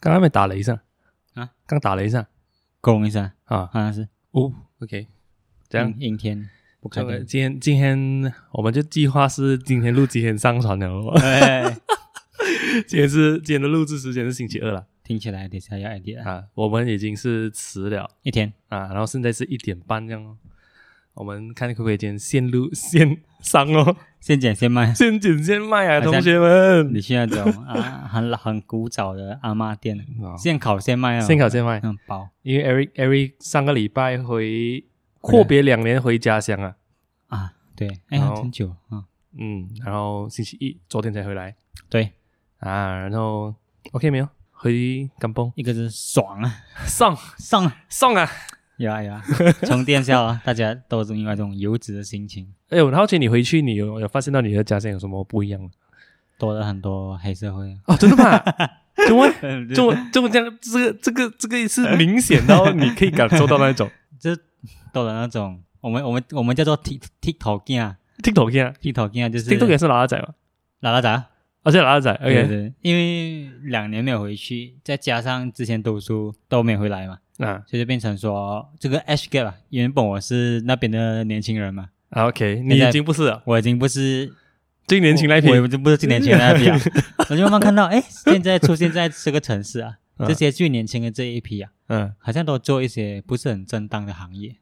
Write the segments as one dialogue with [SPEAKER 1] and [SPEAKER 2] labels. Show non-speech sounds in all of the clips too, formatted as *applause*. [SPEAKER 1] 刚刚没打雷上
[SPEAKER 2] 啊，
[SPEAKER 1] 刚打雷上
[SPEAKER 2] 咣一下，
[SPEAKER 1] 啊，
[SPEAKER 2] 好像是
[SPEAKER 1] 哦，OK，这样
[SPEAKER 2] 阴，阴天，不开
[SPEAKER 1] 这个
[SPEAKER 2] 灯。
[SPEAKER 1] 今天今天我们就计划是今天录，今天上传了 *laughs* 哦。
[SPEAKER 2] 哎，
[SPEAKER 1] 今天是今天的录制时间是星期二了
[SPEAKER 2] 听起来等一下要 edit 啊，
[SPEAKER 1] 啊，我们已经是迟了
[SPEAKER 2] 一天
[SPEAKER 1] 啊，然后现在是一点半这样哦。我们看可不可以今天现录现上 *laughs* 哦，
[SPEAKER 2] 先剪先卖。
[SPEAKER 1] 现剪现卖啊，
[SPEAKER 2] 好像
[SPEAKER 1] 同学们，
[SPEAKER 2] 你去那种啊，很老很古早的阿妈店，
[SPEAKER 1] 哦
[SPEAKER 2] 现烤现卖啊，
[SPEAKER 1] 现烤现卖。
[SPEAKER 2] 嗯包
[SPEAKER 1] 因为 Eric Eric 上个礼拜回阔别两年回家乡啊，
[SPEAKER 2] 啊，对，哎，
[SPEAKER 1] 好
[SPEAKER 2] 很久啊，
[SPEAKER 1] 嗯，然后星期一昨天才回来
[SPEAKER 2] 对，
[SPEAKER 1] 啊，然后 OK 没有回甘崩
[SPEAKER 2] 一个是爽啊，
[SPEAKER 1] 上
[SPEAKER 2] 上啊
[SPEAKER 1] 上啊，
[SPEAKER 2] 有啊有啊，充电下啊，大家都是另外一种游子的心情，
[SPEAKER 1] 哎，我很好奇你回去你有有发现到你的家乡有什么不一样吗？
[SPEAKER 2] 多了很多黑社会啊，
[SPEAKER 1] 哦，真的吗？ *laughs* 中文
[SPEAKER 2] 嗯
[SPEAKER 1] 中文中文这样，这个这个这个是明显到你可以感受到那一种
[SPEAKER 2] 这多了那种我们我们我们叫做剃剃头巾啊，
[SPEAKER 1] *laughs* TikTok 啊
[SPEAKER 2] 剃头巾啊就是
[SPEAKER 1] ，TikTok 也是拉仔哦嘛，
[SPEAKER 2] 喇叭仔。
[SPEAKER 1] 而且拉仔
[SPEAKER 2] 对
[SPEAKER 1] OK
[SPEAKER 2] 对，因为两年没有回去，再加上之前读书都没有回来嘛，
[SPEAKER 1] 啊
[SPEAKER 2] 所以就变成说这个 H gap 啊，原本我是那边的年轻人嘛，
[SPEAKER 1] 啊 OK，你
[SPEAKER 2] 现在
[SPEAKER 1] 已经不是了，
[SPEAKER 2] 我已经不是
[SPEAKER 1] 最年轻那一批
[SPEAKER 2] 我我已经不是最年轻的那
[SPEAKER 1] *laughs*
[SPEAKER 2] 批啊，我就慢慢看到，哎，现在出现在这个城市啊，
[SPEAKER 1] 嗯
[SPEAKER 2] 这些最年轻的这一批啊，
[SPEAKER 1] *laughs* 嗯，
[SPEAKER 2] 好像都做一些不是很正当的行业，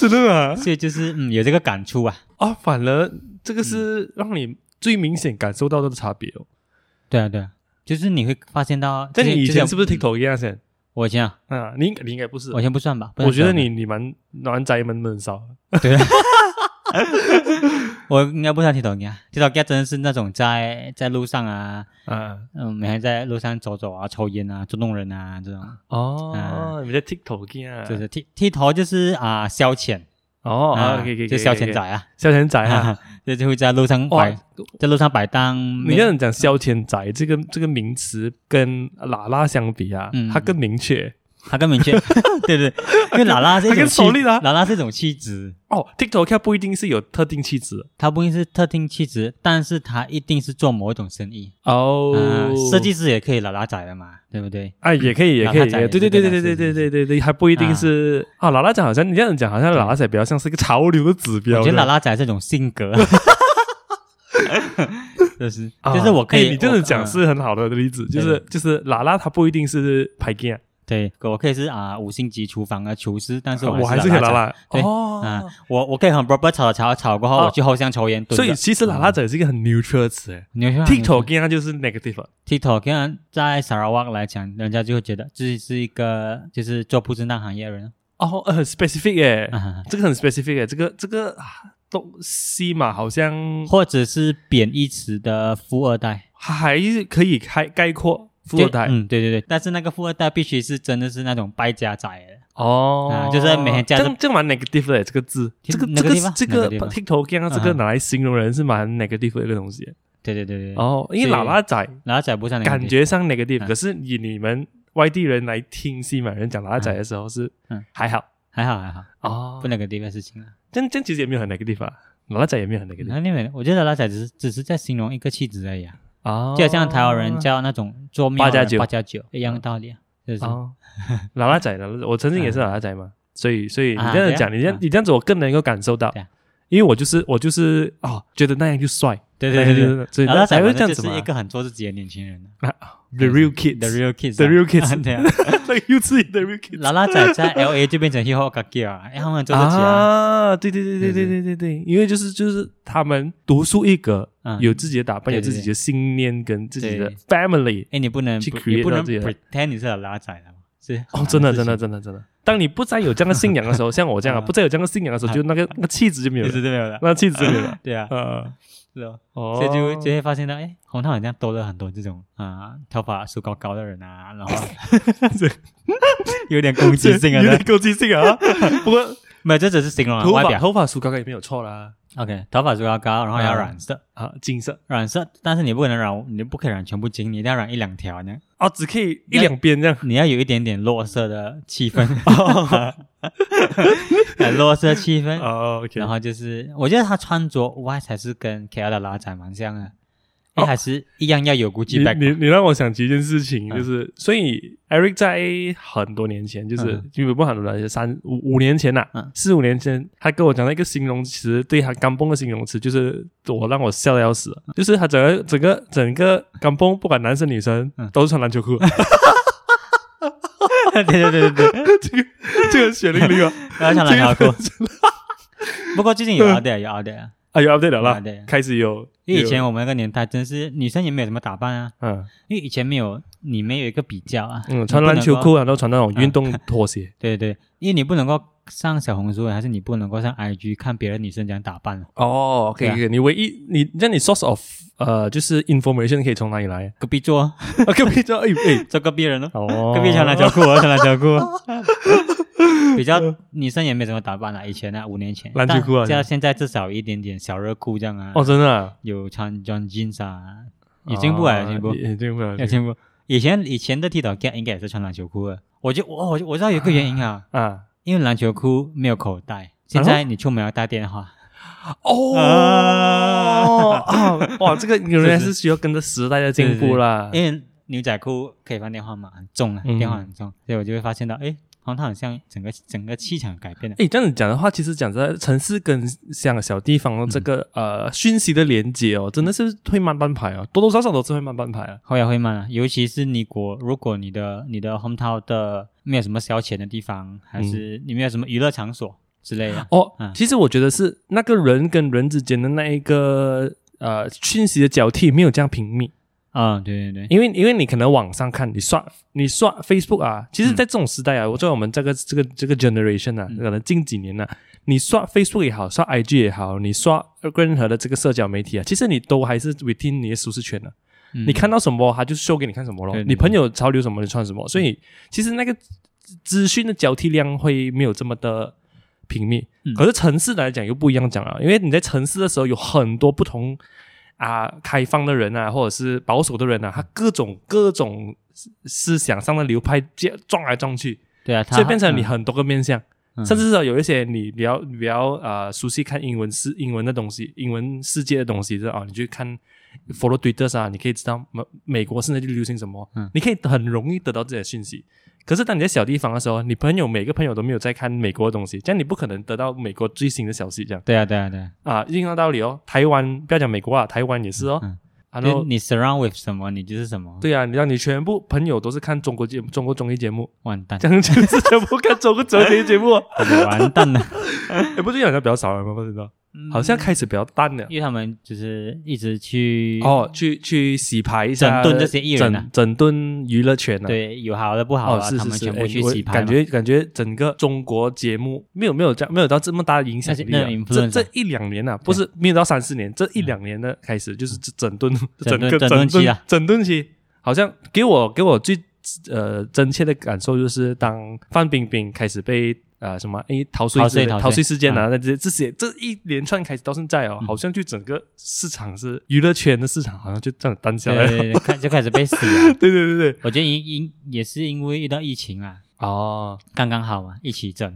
[SPEAKER 1] 真的吗？
[SPEAKER 2] 所以就是嗯有这个感触啊，
[SPEAKER 1] 啊，反而这个是让你最明显感受到的差别哦。
[SPEAKER 2] 对啊对啊，就是你会发现到这
[SPEAKER 1] 但
[SPEAKER 2] 些，
[SPEAKER 1] 你以
[SPEAKER 2] 这
[SPEAKER 1] 前
[SPEAKER 2] 些
[SPEAKER 1] 是不是剃？头一样先？
[SPEAKER 2] 我以前啊，
[SPEAKER 1] 啊，你应该你应该不是
[SPEAKER 2] 我。以前不算吧，不算
[SPEAKER 1] 我觉得
[SPEAKER 2] 算吧
[SPEAKER 1] 你你蛮蛮宅闷闷骚，
[SPEAKER 2] 对，我应该不算剃头鸭，剃头鸭真的是那种在在路上啊，
[SPEAKER 1] 啊
[SPEAKER 2] 嗯，每天在路上走走啊，抽烟啊，捉弄人啊这种。
[SPEAKER 1] 哦
[SPEAKER 2] 啊，
[SPEAKER 1] 你在剃头巾啊？
[SPEAKER 2] 就是剃剃头就是啊、消遣
[SPEAKER 1] 哦，啊
[SPEAKER 2] 啊，
[SPEAKER 1] 可以可以，
[SPEAKER 2] 就
[SPEAKER 1] 可以
[SPEAKER 2] 消遣，
[SPEAKER 1] 可以
[SPEAKER 2] 仔啊， *laughs*
[SPEAKER 1] 消遣仔啊！
[SPEAKER 2] 就就会在路上
[SPEAKER 1] 哇
[SPEAKER 2] 摆，在路上摆档。
[SPEAKER 1] 你让人讲消遣仔这个这个名词跟喇喇相比啊，
[SPEAKER 2] 嗯
[SPEAKER 1] 它更明确
[SPEAKER 2] 他更明确， *laughs* 对对，因为喇喇是一
[SPEAKER 1] 他
[SPEAKER 2] 种
[SPEAKER 1] 更
[SPEAKER 2] 气
[SPEAKER 1] 熟，练啊
[SPEAKER 2] 喇喇是一种气质，
[SPEAKER 1] 哦。TikTok 不一定是有特定气质
[SPEAKER 2] 它不一定是特定气质，但是它一定是做某一种生意。
[SPEAKER 1] 哦
[SPEAKER 2] 啊，设计师也可以喇喇仔的嘛，对不对？
[SPEAKER 1] 啊，也可以，也可以，
[SPEAKER 2] 拉拉仔
[SPEAKER 1] 也
[SPEAKER 2] 也
[SPEAKER 1] 对对对对
[SPEAKER 2] 是这
[SPEAKER 1] 对
[SPEAKER 2] 样
[SPEAKER 1] 对
[SPEAKER 2] 是
[SPEAKER 1] 对
[SPEAKER 2] 是
[SPEAKER 1] 对对对，还不一定是啊。喇喇仔好像你这样讲，好像喇喇仔比较像是一个潮流的指标。
[SPEAKER 2] 我觉得
[SPEAKER 1] 这
[SPEAKER 2] 拉
[SPEAKER 1] 样
[SPEAKER 2] 拉仔这种性
[SPEAKER 1] *laughs*
[SPEAKER 2] 格，就是
[SPEAKER 1] 啊
[SPEAKER 2] 就是我可以，
[SPEAKER 1] 哎你这样
[SPEAKER 2] 我
[SPEAKER 1] 讲
[SPEAKER 2] 嗯
[SPEAKER 1] 是很好的例子，就是就是喇喇它不一定是排间，
[SPEAKER 2] 对，我可以是啊五星级厨房的厨师，但是
[SPEAKER 1] 啊我
[SPEAKER 2] 还
[SPEAKER 1] 还是可以
[SPEAKER 2] 拉
[SPEAKER 1] 喇
[SPEAKER 2] 拉
[SPEAKER 1] 喇
[SPEAKER 2] 对仔啊
[SPEAKER 1] 哦。，
[SPEAKER 2] 我我可以很 proper 炒炒炒过后，
[SPEAKER 1] 啊
[SPEAKER 2] 我去后巷抽烟，对嗯
[SPEAKER 1] 所以其实喇喇仔是一个很 neutral 的词哎
[SPEAKER 2] 你有
[SPEAKER 1] ，TikTok 它就是 negative 了
[SPEAKER 2] TikTok，跟人在 Sarawak 来讲，人家就会觉得自己是一个就是做不正当行业的人
[SPEAKER 1] 哦，呃很 specific 哎，
[SPEAKER 2] 啊，
[SPEAKER 1] 这个很 specific 哎，这个这个啊东西嘛，好像
[SPEAKER 2] 或者是贬义词的富二代，
[SPEAKER 1] 还可以概概括富二
[SPEAKER 2] 对
[SPEAKER 1] 代
[SPEAKER 2] 嗯，对对对，但是那个富二代必须是真的是那种败家仔的。
[SPEAKER 1] 哦
[SPEAKER 2] 啊，就是每天
[SPEAKER 1] 这
[SPEAKER 2] 加着
[SPEAKER 1] 样这样蛮 negative 的这个字，
[SPEAKER 2] 其
[SPEAKER 1] 这
[SPEAKER 2] 实
[SPEAKER 1] 个这
[SPEAKER 2] 哪个地
[SPEAKER 1] 个
[SPEAKER 2] 方
[SPEAKER 1] 这
[SPEAKER 2] 哪
[SPEAKER 1] 个
[SPEAKER 2] 个地方
[SPEAKER 1] TikTok 刚刚这
[SPEAKER 2] 啊
[SPEAKER 1] 个
[SPEAKER 2] 哈
[SPEAKER 1] 拿来形容人是蛮 negative 的一个东西。
[SPEAKER 2] 对对对对，
[SPEAKER 1] 哦，因为
[SPEAKER 2] 所
[SPEAKER 1] 喇
[SPEAKER 2] 以
[SPEAKER 1] 喇仔
[SPEAKER 2] 然后仔不上那个
[SPEAKER 1] 感觉上 negative，
[SPEAKER 2] 啊
[SPEAKER 1] 可是以你们外地人来听西马人讲喇喇仔的时候是
[SPEAKER 2] 嗯
[SPEAKER 1] 还好
[SPEAKER 2] 还好还好，
[SPEAKER 1] 哦
[SPEAKER 2] 不，那个地方事情了。
[SPEAKER 1] 这样这样其实也没有很 negative 啊，喇喇仔也没有很 negative
[SPEAKER 2] 那因为我觉得拉仔只是只是在形容一个气质而已啊，
[SPEAKER 1] 哦，
[SPEAKER 2] 就好像台湾人叫那种做面
[SPEAKER 1] 八加九
[SPEAKER 2] 八加九一样的道理啊，就是
[SPEAKER 1] 哦，喇喇仔，喇
[SPEAKER 2] *laughs*
[SPEAKER 1] 喇仔，我曾经也是喇喇仔嘛，所以所以你
[SPEAKER 2] 嗯啊
[SPEAKER 1] 这样讲，
[SPEAKER 2] 对啊
[SPEAKER 1] 你这样
[SPEAKER 2] 啊
[SPEAKER 1] 你这样子，我更能够感受到
[SPEAKER 2] 对啊，
[SPEAKER 1] 因为我就是我就是哦，觉得那样就帅，
[SPEAKER 2] 对对对
[SPEAKER 1] 那样
[SPEAKER 2] 对
[SPEAKER 1] 就，所以
[SPEAKER 2] 然后
[SPEAKER 1] 才
[SPEAKER 2] 才
[SPEAKER 1] 会
[SPEAKER 2] 会
[SPEAKER 1] 这
[SPEAKER 2] 这
[SPEAKER 1] 样
[SPEAKER 2] 样
[SPEAKER 1] 子
[SPEAKER 2] 子
[SPEAKER 1] 嘛
[SPEAKER 2] 嘛，是一个很做自己的年轻人啊
[SPEAKER 1] The real kid， *laughs*
[SPEAKER 2] ，the real kids，
[SPEAKER 1] The
[SPEAKER 2] ，the
[SPEAKER 1] real kids
[SPEAKER 2] 对啊，
[SPEAKER 1] 对，又是 The real kid
[SPEAKER 2] 拉拉仔在 L A 就变成 hip hop g i r 啊，哎他们很做自己啊，
[SPEAKER 1] 啊，对对对对对
[SPEAKER 2] 对
[SPEAKER 1] 对对对，因为就是就是他们独树一格，
[SPEAKER 2] 嗯
[SPEAKER 1] 有自己的打扮，
[SPEAKER 2] 对
[SPEAKER 1] 有
[SPEAKER 2] 对
[SPEAKER 1] 自己的信念跟自己的
[SPEAKER 2] 对
[SPEAKER 1] family，
[SPEAKER 2] 哎你不能
[SPEAKER 1] 去
[SPEAKER 2] 不
[SPEAKER 1] create
[SPEAKER 2] 你不
[SPEAKER 1] 到
[SPEAKER 2] 能
[SPEAKER 1] 自己的
[SPEAKER 2] pretend 你是拉拉仔的嘛，是
[SPEAKER 1] 哦，
[SPEAKER 2] 很难
[SPEAKER 1] 真的
[SPEAKER 2] 事
[SPEAKER 1] 真的
[SPEAKER 2] 情
[SPEAKER 1] 真的真的，当你不再有这样的信仰的时
[SPEAKER 2] *laughs*
[SPEAKER 1] 候，像我这样啊，不再有这样的信仰的时候，就那个那个气质就没有
[SPEAKER 2] 一
[SPEAKER 1] 了
[SPEAKER 2] 直，都没有了，
[SPEAKER 1] 那气质就没有
[SPEAKER 2] *laughs*
[SPEAKER 1] 了，
[SPEAKER 2] 对啊，
[SPEAKER 1] 呃，
[SPEAKER 2] 是哦。
[SPEAKER 1] 哦，
[SPEAKER 2] 所以就就会发现到，哎，红桃好像多了很多这种啊，头发梳高高的人
[SPEAKER 1] *laughs*
[SPEAKER 2] 啊，然后有点攻击性啊，
[SPEAKER 1] 有点
[SPEAKER 2] 对
[SPEAKER 1] 攻击性
[SPEAKER 2] *laughs*
[SPEAKER 1] 啊。不过
[SPEAKER 2] 没有，这只是形容啊
[SPEAKER 1] 头
[SPEAKER 2] 外
[SPEAKER 1] 发
[SPEAKER 2] 表。
[SPEAKER 1] 头发梳高高也没有错啦
[SPEAKER 2] OK，头发梳高高，然后要染色，
[SPEAKER 1] 啊，金色
[SPEAKER 2] 染色，但是你不能染，你不可以染全部金，你一定要染一两条呢，
[SPEAKER 1] 啊，只可以一两边这
[SPEAKER 2] *laughs*
[SPEAKER 1] 样。
[SPEAKER 2] 你要有一点点落色的气
[SPEAKER 1] *laughs*
[SPEAKER 2] 氛，呃落色气氛。
[SPEAKER 1] 哦，OK，
[SPEAKER 2] 然后就是，我觉得他穿着外才是跟 KL 的拉仔蛮像的，哎，还是一样要有 Gucci
[SPEAKER 1] 你
[SPEAKER 2] bag
[SPEAKER 1] 哦你你让我想起一件事情，
[SPEAKER 2] 嗯
[SPEAKER 1] 就是、所以 Eric 在很多年前，就是
[SPEAKER 2] 嗯
[SPEAKER 1] 基本不很多年前，三五五年前呐、
[SPEAKER 2] 嗯
[SPEAKER 1] 四五年前，他跟我讲了一个形容词，对他甘崩的形容词，就是我让我笑的要死，啊就是他整个整个整个甘崩，不管男生女生、
[SPEAKER 2] 嗯
[SPEAKER 1] 都是穿篮球
[SPEAKER 2] *laughs*
[SPEAKER 1] 裤，
[SPEAKER 2] *laughs*
[SPEAKER 1] 啊
[SPEAKER 2] 对对对对对，
[SPEAKER 1] 这个这个血淋淋啊！
[SPEAKER 2] 然后穿篮
[SPEAKER 1] 这
[SPEAKER 2] 条
[SPEAKER 1] 个
[SPEAKER 2] 裤。 *laughs* 不过最近有 out there 有 out there，
[SPEAKER 1] *laughs* 啊，有 update 了啦，
[SPEAKER 2] 对
[SPEAKER 1] 开始有，
[SPEAKER 2] 因为以
[SPEAKER 1] 有
[SPEAKER 2] 前我们那个年代真是女生也没有怎么打扮啊，
[SPEAKER 1] 嗯
[SPEAKER 2] 因为以前没有你没有一个比较啊。
[SPEAKER 1] 嗯，
[SPEAKER 2] 你
[SPEAKER 1] 穿
[SPEAKER 2] 不
[SPEAKER 1] 篮
[SPEAKER 2] 能嗯
[SPEAKER 1] 球
[SPEAKER 2] 够
[SPEAKER 1] 裤，然后穿那种运动拖鞋，
[SPEAKER 2] 对对，因为你不能够上小红书，还是你不能够上 IG 看别的女生怎样打扮了。
[SPEAKER 1] 哦，OK，,
[SPEAKER 2] 对啊
[SPEAKER 1] o k 你唯一你那你 source of 呃，就是 information 可以从哪里来？
[SPEAKER 2] 隔壁
[SPEAKER 1] *laughs*
[SPEAKER 2] 桌， *laughs*
[SPEAKER 1] 啊，隔壁桌，哎哎，
[SPEAKER 2] 做隔壁人咯，
[SPEAKER 1] 哦
[SPEAKER 2] 隔壁穿篮球裤，我穿篮球
[SPEAKER 1] *laughs*
[SPEAKER 2] 裤。比较女生也没怎么打扮了、以前啊，五年前
[SPEAKER 1] 篮球裤啊
[SPEAKER 2] 像现在至少有一点点小热裤这样啊，
[SPEAKER 1] 哦，真的、啊，
[SPEAKER 2] 有穿 John jeans 啊，有进步啊，有进步
[SPEAKER 1] 啊，也进步了
[SPEAKER 2] 有进步。以前以前的踢导 get 应该也是穿篮球裤的，我就哦我我我知道有一个原因啊，
[SPEAKER 1] 啊！
[SPEAKER 2] 因为篮球裤没有口袋，现在你出门要带电话。
[SPEAKER 1] 哦
[SPEAKER 2] 啊
[SPEAKER 1] *laughs* 啊，哇，这个原来是需要跟着时代的进步啦。
[SPEAKER 2] 因为牛仔裤可以放电话嘛，很重啊，
[SPEAKER 1] 嗯
[SPEAKER 2] 电话很重，所以我就会发现到，哎，好像它好像整个整个气场改变了。
[SPEAKER 1] 哎，这样子讲的话，其实讲在城市跟像小地方哦这个、呃讯息的连接哦，真的是会慢半拍哦，多多少少都是会慢半拍啊。
[SPEAKER 2] 后来会慢啊，尤其是你国，如果你的你的 home town 的没有什么消遣的地方，还
[SPEAKER 1] 嗯
[SPEAKER 2] 是你没有什么娱乐场所之类的，
[SPEAKER 1] 哦，
[SPEAKER 2] 嗯
[SPEAKER 1] 其实我觉得是那个人跟人之间的那一个呃讯息的交替没有这样频密，
[SPEAKER 2] 啊、对对对，
[SPEAKER 1] 因为因为你可能网上看，你刷你刷 Facebook 啊，其实，在这种时代啊，我在我们这个这个这个 generation 啊，可能近几年呢、你刷 Facebook 也好，刷 IG 也好，你刷任何的这个社交媒体啊，其实你都还是 within 你的舒适圈啊的、
[SPEAKER 2] 嗯
[SPEAKER 1] 你看到什么，他就 show 给你看什么咯
[SPEAKER 2] 对。对
[SPEAKER 1] 你朋友潮流什么，你穿什么。所以其实那个资讯的交替量会没有这么的频密。
[SPEAKER 2] 嗯
[SPEAKER 1] 可是城市来讲又不一样讲啊，因为你在城市的时候有很多不同啊、开放的人啊，或者是保守的人啊，他各种各种思思想上的流派接撞来撞去，
[SPEAKER 2] 对啊，它
[SPEAKER 1] 所以变成你
[SPEAKER 2] 嗯
[SPEAKER 1] 很多个面向。
[SPEAKER 2] 嗯
[SPEAKER 1] 甚至是有一些你比较比较呃熟悉看英文世英文的东西，英文世界的东西，就是啊、你去看 follow Twitter 啊，你可以知道美美国现在就流行什么，
[SPEAKER 2] 嗯
[SPEAKER 1] 你可以很容易得到这些讯息。可是当你在小地方的时候，你朋友每个朋友都没有在看美国的东西，这样你不可能得到美国最新的消息。这样
[SPEAKER 2] 对啊对啊对啊，
[SPEAKER 1] 啊，一样的道理哦。台湾不要讲美国啊，台湾也是哦。
[SPEAKER 2] 嗯
[SPEAKER 1] 然
[SPEAKER 2] 就是
[SPEAKER 1] 后
[SPEAKER 2] 你 surround with 什么，你就是什么，
[SPEAKER 1] 对啊，你让你全部朋友都是看中国节中国综艺节目，
[SPEAKER 2] 完蛋，
[SPEAKER 1] 这样就是全部看中国综艺节目哦。
[SPEAKER 2] 完蛋了。
[SPEAKER 1] *laughs* 哎，不是好像比较少了吗？不知道。好像开始比较淡了。
[SPEAKER 2] *laughs* 因为他们就是一直去，
[SPEAKER 1] 哦，去去洗牌一下，
[SPEAKER 2] 整顿这些艺人啊
[SPEAKER 1] 整整顿娱乐圈啊。，
[SPEAKER 2] 对，有好的不好
[SPEAKER 1] 哦，
[SPEAKER 2] 啊，
[SPEAKER 1] 是
[SPEAKER 2] 他
[SPEAKER 1] 是
[SPEAKER 2] 们
[SPEAKER 1] 是，
[SPEAKER 2] 全部
[SPEAKER 1] 哎
[SPEAKER 2] 去
[SPEAKER 1] 我
[SPEAKER 2] 洗牌嘛。
[SPEAKER 1] 感觉感觉整个中国节目没有没有这样没有到这么大的影响力啊
[SPEAKER 2] 那是那。
[SPEAKER 1] 这
[SPEAKER 2] influencer 嗯
[SPEAKER 1] 这一两年啊，不是没有到三四年，这一两年的开始就是整顿整
[SPEAKER 2] 整顿
[SPEAKER 1] 个
[SPEAKER 2] 整顿期啊
[SPEAKER 1] 整顿期，好像给我给我最呃真切的感受就是，当范冰冰开始被。呃，什么？诶，逃税
[SPEAKER 2] 逃
[SPEAKER 1] 之类
[SPEAKER 2] 税逃
[SPEAKER 1] 逃税
[SPEAKER 2] 税
[SPEAKER 1] 事件啊，
[SPEAKER 2] 啊嗯
[SPEAKER 1] 那这这些这一连串开始到现在哦，好像就整个市场是娱乐圈的市场，好像就这样单下来
[SPEAKER 2] 对
[SPEAKER 1] 了。 *laughs*
[SPEAKER 2] 对对，开就开始被洗了。
[SPEAKER 1] 对对对对，
[SPEAKER 2] 我觉得因因也是因为遇到疫情啊，
[SPEAKER 1] 哦，
[SPEAKER 2] 刚刚好嘛，一起整，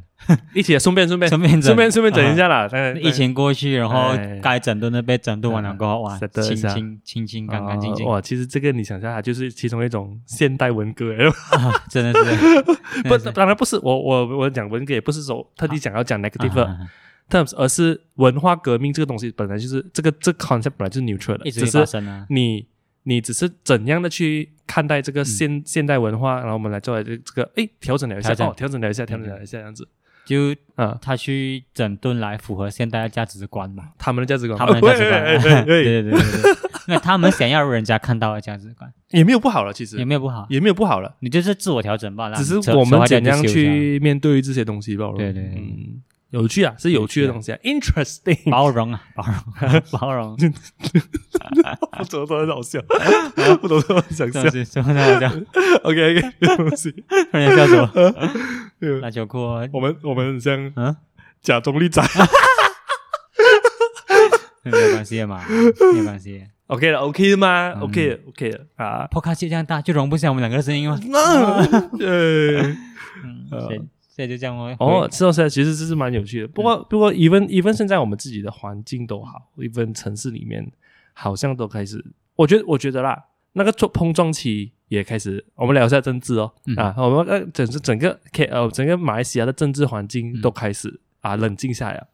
[SPEAKER 1] 一起顺便顺便
[SPEAKER 2] 顺便整啊
[SPEAKER 1] 顺便顺便整一下啦，当然
[SPEAKER 2] 疫情过去，然后
[SPEAKER 1] 哎
[SPEAKER 2] 该整顿的被整顿完了过后，哇，
[SPEAKER 1] settle
[SPEAKER 2] 清
[SPEAKER 1] 一下
[SPEAKER 2] 清清清干干净净，
[SPEAKER 1] 哦哇，其实这个你想象下，就是其中一种现代文歌来的，
[SPEAKER 2] 啊 *laughs* 真的
[SPEAKER 1] *laughs*
[SPEAKER 2] 是
[SPEAKER 1] 不，
[SPEAKER 2] 真的是
[SPEAKER 1] 当然不是我我我讲文革也不是说 *laughs* 特地讲要讲 negative
[SPEAKER 2] 啊啊啊
[SPEAKER 1] terms，而是文化革命这个东西本来就是这个这 concept 本来就是 neutral 的，
[SPEAKER 2] *laughs* 一直
[SPEAKER 1] 只
[SPEAKER 2] 会发
[SPEAKER 1] 是
[SPEAKER 2] 生啊。
[SPEAKER 1] 你你只是怎样的去看待这个现、现代文化，然后我们来做这这个哎调整了一下
[SPEAKER 2] 嗯调整嗯
[SPEAKER 1] 哦，调整了一下，调整了一下这样子
[SPEAKER 2] 就
[SPEAKER 1] 啊，
[SPEAKER 2] 他去整顿来符合现代的价值观嘛，
[SPEAKER 1] 他们的价值观，
[SPEAKER 2] 他们的价值
[SPEAKER 1] *laughs* 哎哎哎
[SPEAKER 2] 观，
[SPEAKER 1] 哎哎
[SPEAKER 2] *laughs* 对对对对对，因为他们想要人家看到的价值观，
[SPEAKER 1] 也没有不好了，其实
[SPEAKER 2] 也没有不好，
[SPEAKER 1] 也没有不好了。
[SPEAKER 2] 你就是自我调整罢了。
[SPEAKER 1] 只是
[SPEAKER 2] 扯
[SPEAKER 1] 我们
[SPEAKER 2] 扯坏掉
[SPEAKER 1] 怎
[SPEAKER 2] 就
[SPEAKER 1] 样
[SPEAKER 2] 修一下
[SPEAKER 1] 去面对这些东西吧。
[SPEAKER 2] 对对对
[SPEAKER 1] 嗯，有趣啊，是有趣的东西啊，interesting。 *laughs*
[SPEAKER 2] 包容啊，包容，包容，
[SPEAKER 1] 我怎么突然好 *laughs* 笑？我怎么突然想 *laughs* 笑
[SPEAKER 2] 真的是真的好笑，
[SPEAKER 1] ？OK OK，东西，
[SPEAKER 2] 突然笑什么？
[SPEAKER 1] 对
[SPEAKER 2] 篮球裤哦，
[SPEAKER 1] 我们我们很像
[SPEAKER 2] 嗯，
[SPEAKER 1] 假中立仔。
[SPEAKER 2] 没有关系的嘛，没有关系。
[SPEAKER 1] OK 了，OK 的吗？OK OK 的啊。
[SPEAKER 2] Podcast 这样大，就容不下我们两个的声音吗？
[SPEAKER 1] *laughs* 那呃，
[SPEAKER 2] 嗯，
[SPEAKER 1] 呃
[SPEAKER 2] 所以所以就这样哦。
[SPEAKER 1] 哦，，知道现在其实这是蛮有趣的。不过不过，even even 现在我们自己的环境都好，even 城市里面好像都开始。我觉得我觉得啦，那个做碰撞期也开始，我们聊一下政治哦、
[SPEAKER 2] 嗯
[SPEAKER 1] 啊，我们呃整整个 K 呃整个马来西亚的政治环境都开始、啊冷静下来了。
[SPEAKER 2] 哦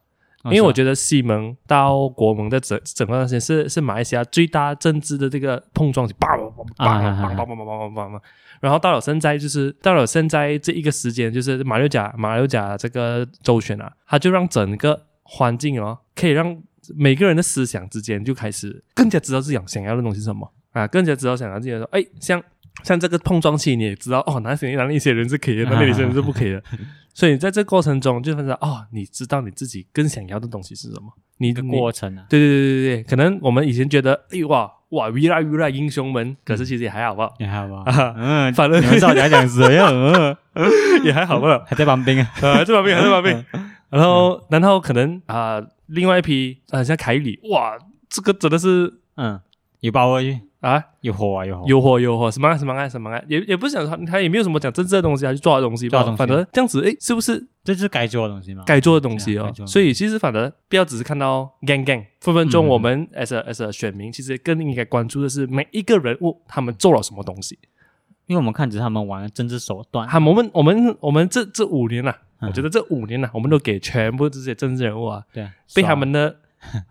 [SPEAKER 1] 因为我觉得西蒙到国盟的整整个那些是是马来西亚最大政治的这个碰撞，叭叭叭叭叭叭叭叭叭叭叭，然后到了现在就是到了现在这一个时间，就是马六甲马六甲这个周选啊，它就让整个环境哦，可以让每个人的思想之间就开始更加知道自己想要的东西是什么啊，更加知道想要自己说，哎，像像这个碰撞期，你也知道哦，哪些哪一些人是可以的，哪里些人是不可以的。所以在这过程中，就发现哦，你知道你自己更想要的东西是什么，你
[SPEAKER 2] 一个
[SPEAKER 1] 你
[SPEAKER 2] 过程啊，
[SPEAKER 1] 对对对对对，可能我们以前觉得，哎哇哇，V 啦 V 啦英雄们，可是其实也还好吧，
[SPEAKER 2] 你还好吧？
[SPEAKER 1] 啊
[SPEAKER 2] 嗯，
[SPEAKER 1] 反正
[SPEAKER 2] 你们到底要讲谁啊？嗯，
[SPEAKER 1] 也还好吧，
[SPEAKER 2] 还在当 *laughs* 兵啊？
[SPEAKER 1] 啊，这把病，这把病。 *laughs* 然后，然后可能啊、另外一批啊、像凯里，哇，这个真的是
[SPEAKER 2] 嗯，有把握，
[SPEAKER 1] 啊，
[SPEAKER 2] 有火啊，有火，
[SPEAKER 1] 有火有火，什么爱什么爱什么爱，也也不是想他他也没有什么讲政治的东西，他就做的东西吧，
[SPEAKER 2] 做的东西
[SPEAKER 1] 反正这样子，哎，是不是
[SPEAKER 2] 这就是该做的东西嘛。
[SPEAKER 1] 该做的东西
[SPEAKER 2] 对
[SPEAKER 1] 哦
[SPEAKER 2] 啊该做。的
[SPEAKER 1] 所以其实反而不要只是看到 gang gang，分分钟
[SPEAKER 2] 嗯
[SPEAKER 1] 我们 as a as a 选民，其实更应该关注的是每一个人物他们做了什么东西。啊
[SPEAKER 2] 因为我们看着他们玩的政治手段，
[SPEAKER 1] 他们我们我们我们这这五年呐、啊
[SPEAKER 2] 嗯
[SPEAKER 1] 我觉得这五年呐、啊我们都给全部这些政治人物啊，
[SPEAKER 2] 对啊，
[SPEAKER 1] 被
[SPEAKER 2] 爽
[SPEAKER 1] 他们
[SPEAKER 2] *laughs*
[SPEAKER 1] 的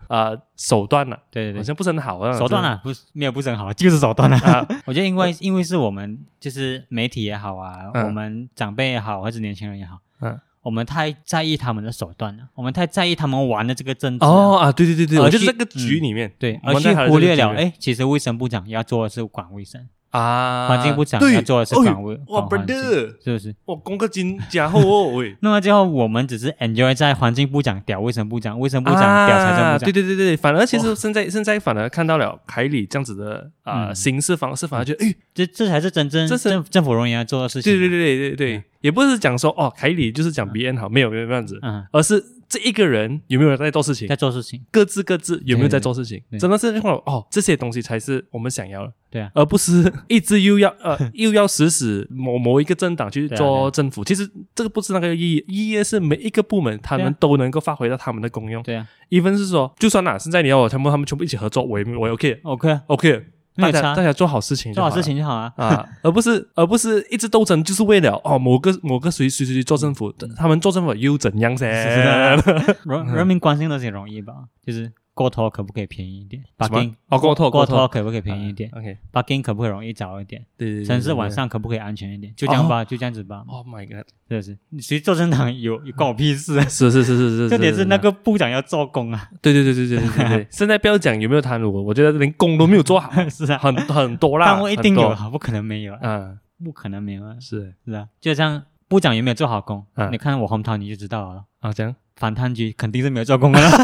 [SPEAKER 1] 呃手段呐、
[SPEAKER 2] 对对
[SPEAKER 1] 好
[SPEAKER 2] 对
[SPEAKER 1] 像不是很好啊，
[SPEAKER 2] 手段
[SPEAKER 1] 啊。
[SPEAKER 2] 啊，不是没有不是很好， *laughs* 就是手段啊。
[SPEAKER 1] *laughs* 啊，
[SPEAKER 2] 我觉得因为因为是我们就是媒体也好啊，
[SPEAKER 1] 嗯
[SPEAKER 2] 我们长辈也好，或者年轻人也好，
[SPEAKER 1] 嗯，
[SPEAKER 2] 我们太在意他们的手段啊了，我们太在意他们玩的这个政治啊、
[SPEAKER 1] 哦啊，对对对对，
[SPEAKER 2] 而
[SPEAKER 1] 我觉得
[SPEAKER 2] 去
[SPEAKER 1] 这个局里面，
[SPEAKER 2] 对，
[SPEAKER 1] 我
[SPEAKER 2] 而
[SPEAKER 1] 们在
[SPEAKER 2] 去
[SPEAKER 1] 讨论
[SPEAKER 2] 忽
[SPEAKER 1] 这个
[SPEAKER 2] 略了
[SPEAKER 1] 局面
[SPEAKER 2] 哎，其实卫生部长要做的是管卫生，
[SPEAKER 1] 啊，
[SPEAKER 2] 环境部长要
[SPEAKER 1] 对，
[SPEAKER 2] 做的是
[SPEAKER 1] 哎
[SPEAKER 2] 管卫，
[SPEAKER 1] 哇
[SPEAKER 2] 管环境
[SPEAKER 1] ，brother，
[SPEAKER 2] 是不是？
[SPEAKER 1] 哇，功课真加厚哦，喂，
[SPEAKER 2] 那么最后我们只是 enjoy 在环境部长屌卫生部长，卫生部长
[SPEAKER 1] 啊，
[SPEAKER 2] 屌财政部长，
[SPEAKER 1] 对对对对，反而其实现在、现在反而看到了凯里这样子的啊、
[SPEAKER 2] 嗯
[SPEAKER 1] 行事方式，反而觉得哎，
[SPEAKER 2] 这这才是真正
[SPEAKER 1] 这是
[SPEAKER 2] 政政府人员要做的事情。
[SPEAKER 1] 对对对对对
[SPEAKER 2] 嗯
[SPEAKER 1] 对，也不是讲说哦凯里就是讲 B N 好，没有没有这样子，
[SPEAKER 2] 嗯，啊
[SPEAKER 1] 而是这一个人有没有在做事情
[SPEAKER 2] 在，做事情。
[SPEAKER 1] 各自各自有没有在做事情，
[SPEAKER 2] 对对对
[SPEAKER 1] 真的是让我哦这些东西才是我们想要的。
[SPEAKER 2] 对啊
[SPEAKER 1] 而不是一直又要
[SPEAKER 2] *laughs*
[SPEAKER 1] 呃又要死死某某一个政党去
[SPEAKER 2] 嗯对啊对
[SPEAKER 1] 做
[SPEAKER 2] 啊
[SPEAKER 1] 政府，其实这个不是那个意义，意义是每一个部门他
[SPEAKER 2] 对
[SPEAKER 1] 们
[SPEAKER 2] 啊
[SPEAKER 1] 都能够发挥到他们的功用。
[SPEAKER 2] 对啊
[SPEAKER 1] even 是说，就算啦，现在你要我全部他们全部一起合作，我也没我也 OK
[SPEAKER 2] ，OK，啊
[SPEAKER 1] OK，
[SPEAKER 2] 没
[SPEAKER 1] 大
[SPEAKER 2] 有
[SPEAKER 1] 家
[SPEAKER 2] 差
[SPEAKER 1] 大，家做好事情就
[SPEAKER 2] 做好
[SPEAKER 1] 了，
[SPEAKER 2] 事情就好啊。
[SPEAKER 1] 啊，而不是而不是一直斗争，就是为了哦某个某个谁谁谁做政府，他们做政府又怎样噻？
[SPEAKER 2] 嗯是的人
[SPEAKER 1] 嗯
[SPEAKER 2] 人民关心的东西容易吧？就是过头可不可以便宜一点
[SPEAKER 1] 什么
[SPEAKER 2] ？parking
[SPEAKER 1] 哦过头过
[SPEAKER 2] 过
[SPEAKER 1] 头
[SPEAKER 2] 头可不可以便宜一点
[SPEAKER 1] 啊，OK，
[SPEAKER 2] ？parking 可不可以容易找一点？
[SPEAKER 1] 对对对，
[SPEAKER 2] 城市
[SPEAKER 1] 对
[SPEAKER 2] 晚。上可不可以安全一点？就这样吧，就这样子吧
[SPEAKER 1] 对，Oh my god！
[SPEAKER 2] 是不是？你谁做政党有有关我屁事啊？
[SPEAKER 1] *laughs* 是是是是是，
[SPEAKER 2] 重点是那
[SPEAKER 1] 个。
[SPEAKER 2] 个部长要做工啊，
[SPEAKER 1] 对对对对对对对
[SPEAKER 2] *laughs*
[SPEAKER 1] 对，现在不要讲有没有贪污，我觉得连工都没有做好，
[SPEAKER 2] 是啊，
[SPEAKER 1] 很很多啦，
[SPEAKER 2] 单位一定
[SPEAKER 1] 很
[SPEAKER 2] 有
[SPEAKER 1] 多，
[SPEAKER 2] 啊，不可能没有啊，
[SPEAKER 1] 嗯，
[SPEAKER 2] 不可能没有啊，
[SPEAKER 1] 是
[SPEAKER 2] 是啊，就像部长有没有做好工
[SPEAKER 1] 嗯，
[SPEAKER 2] 你看我红桃你就知道了。
[SPEAKER 1] 啊，
[SPEAKER 2] *laughs*
[SPEAKER 1] 这样
[SPEAKER 2] 反贪局肯定是没有做工的啦，
[SPEAKER 1] *laughs*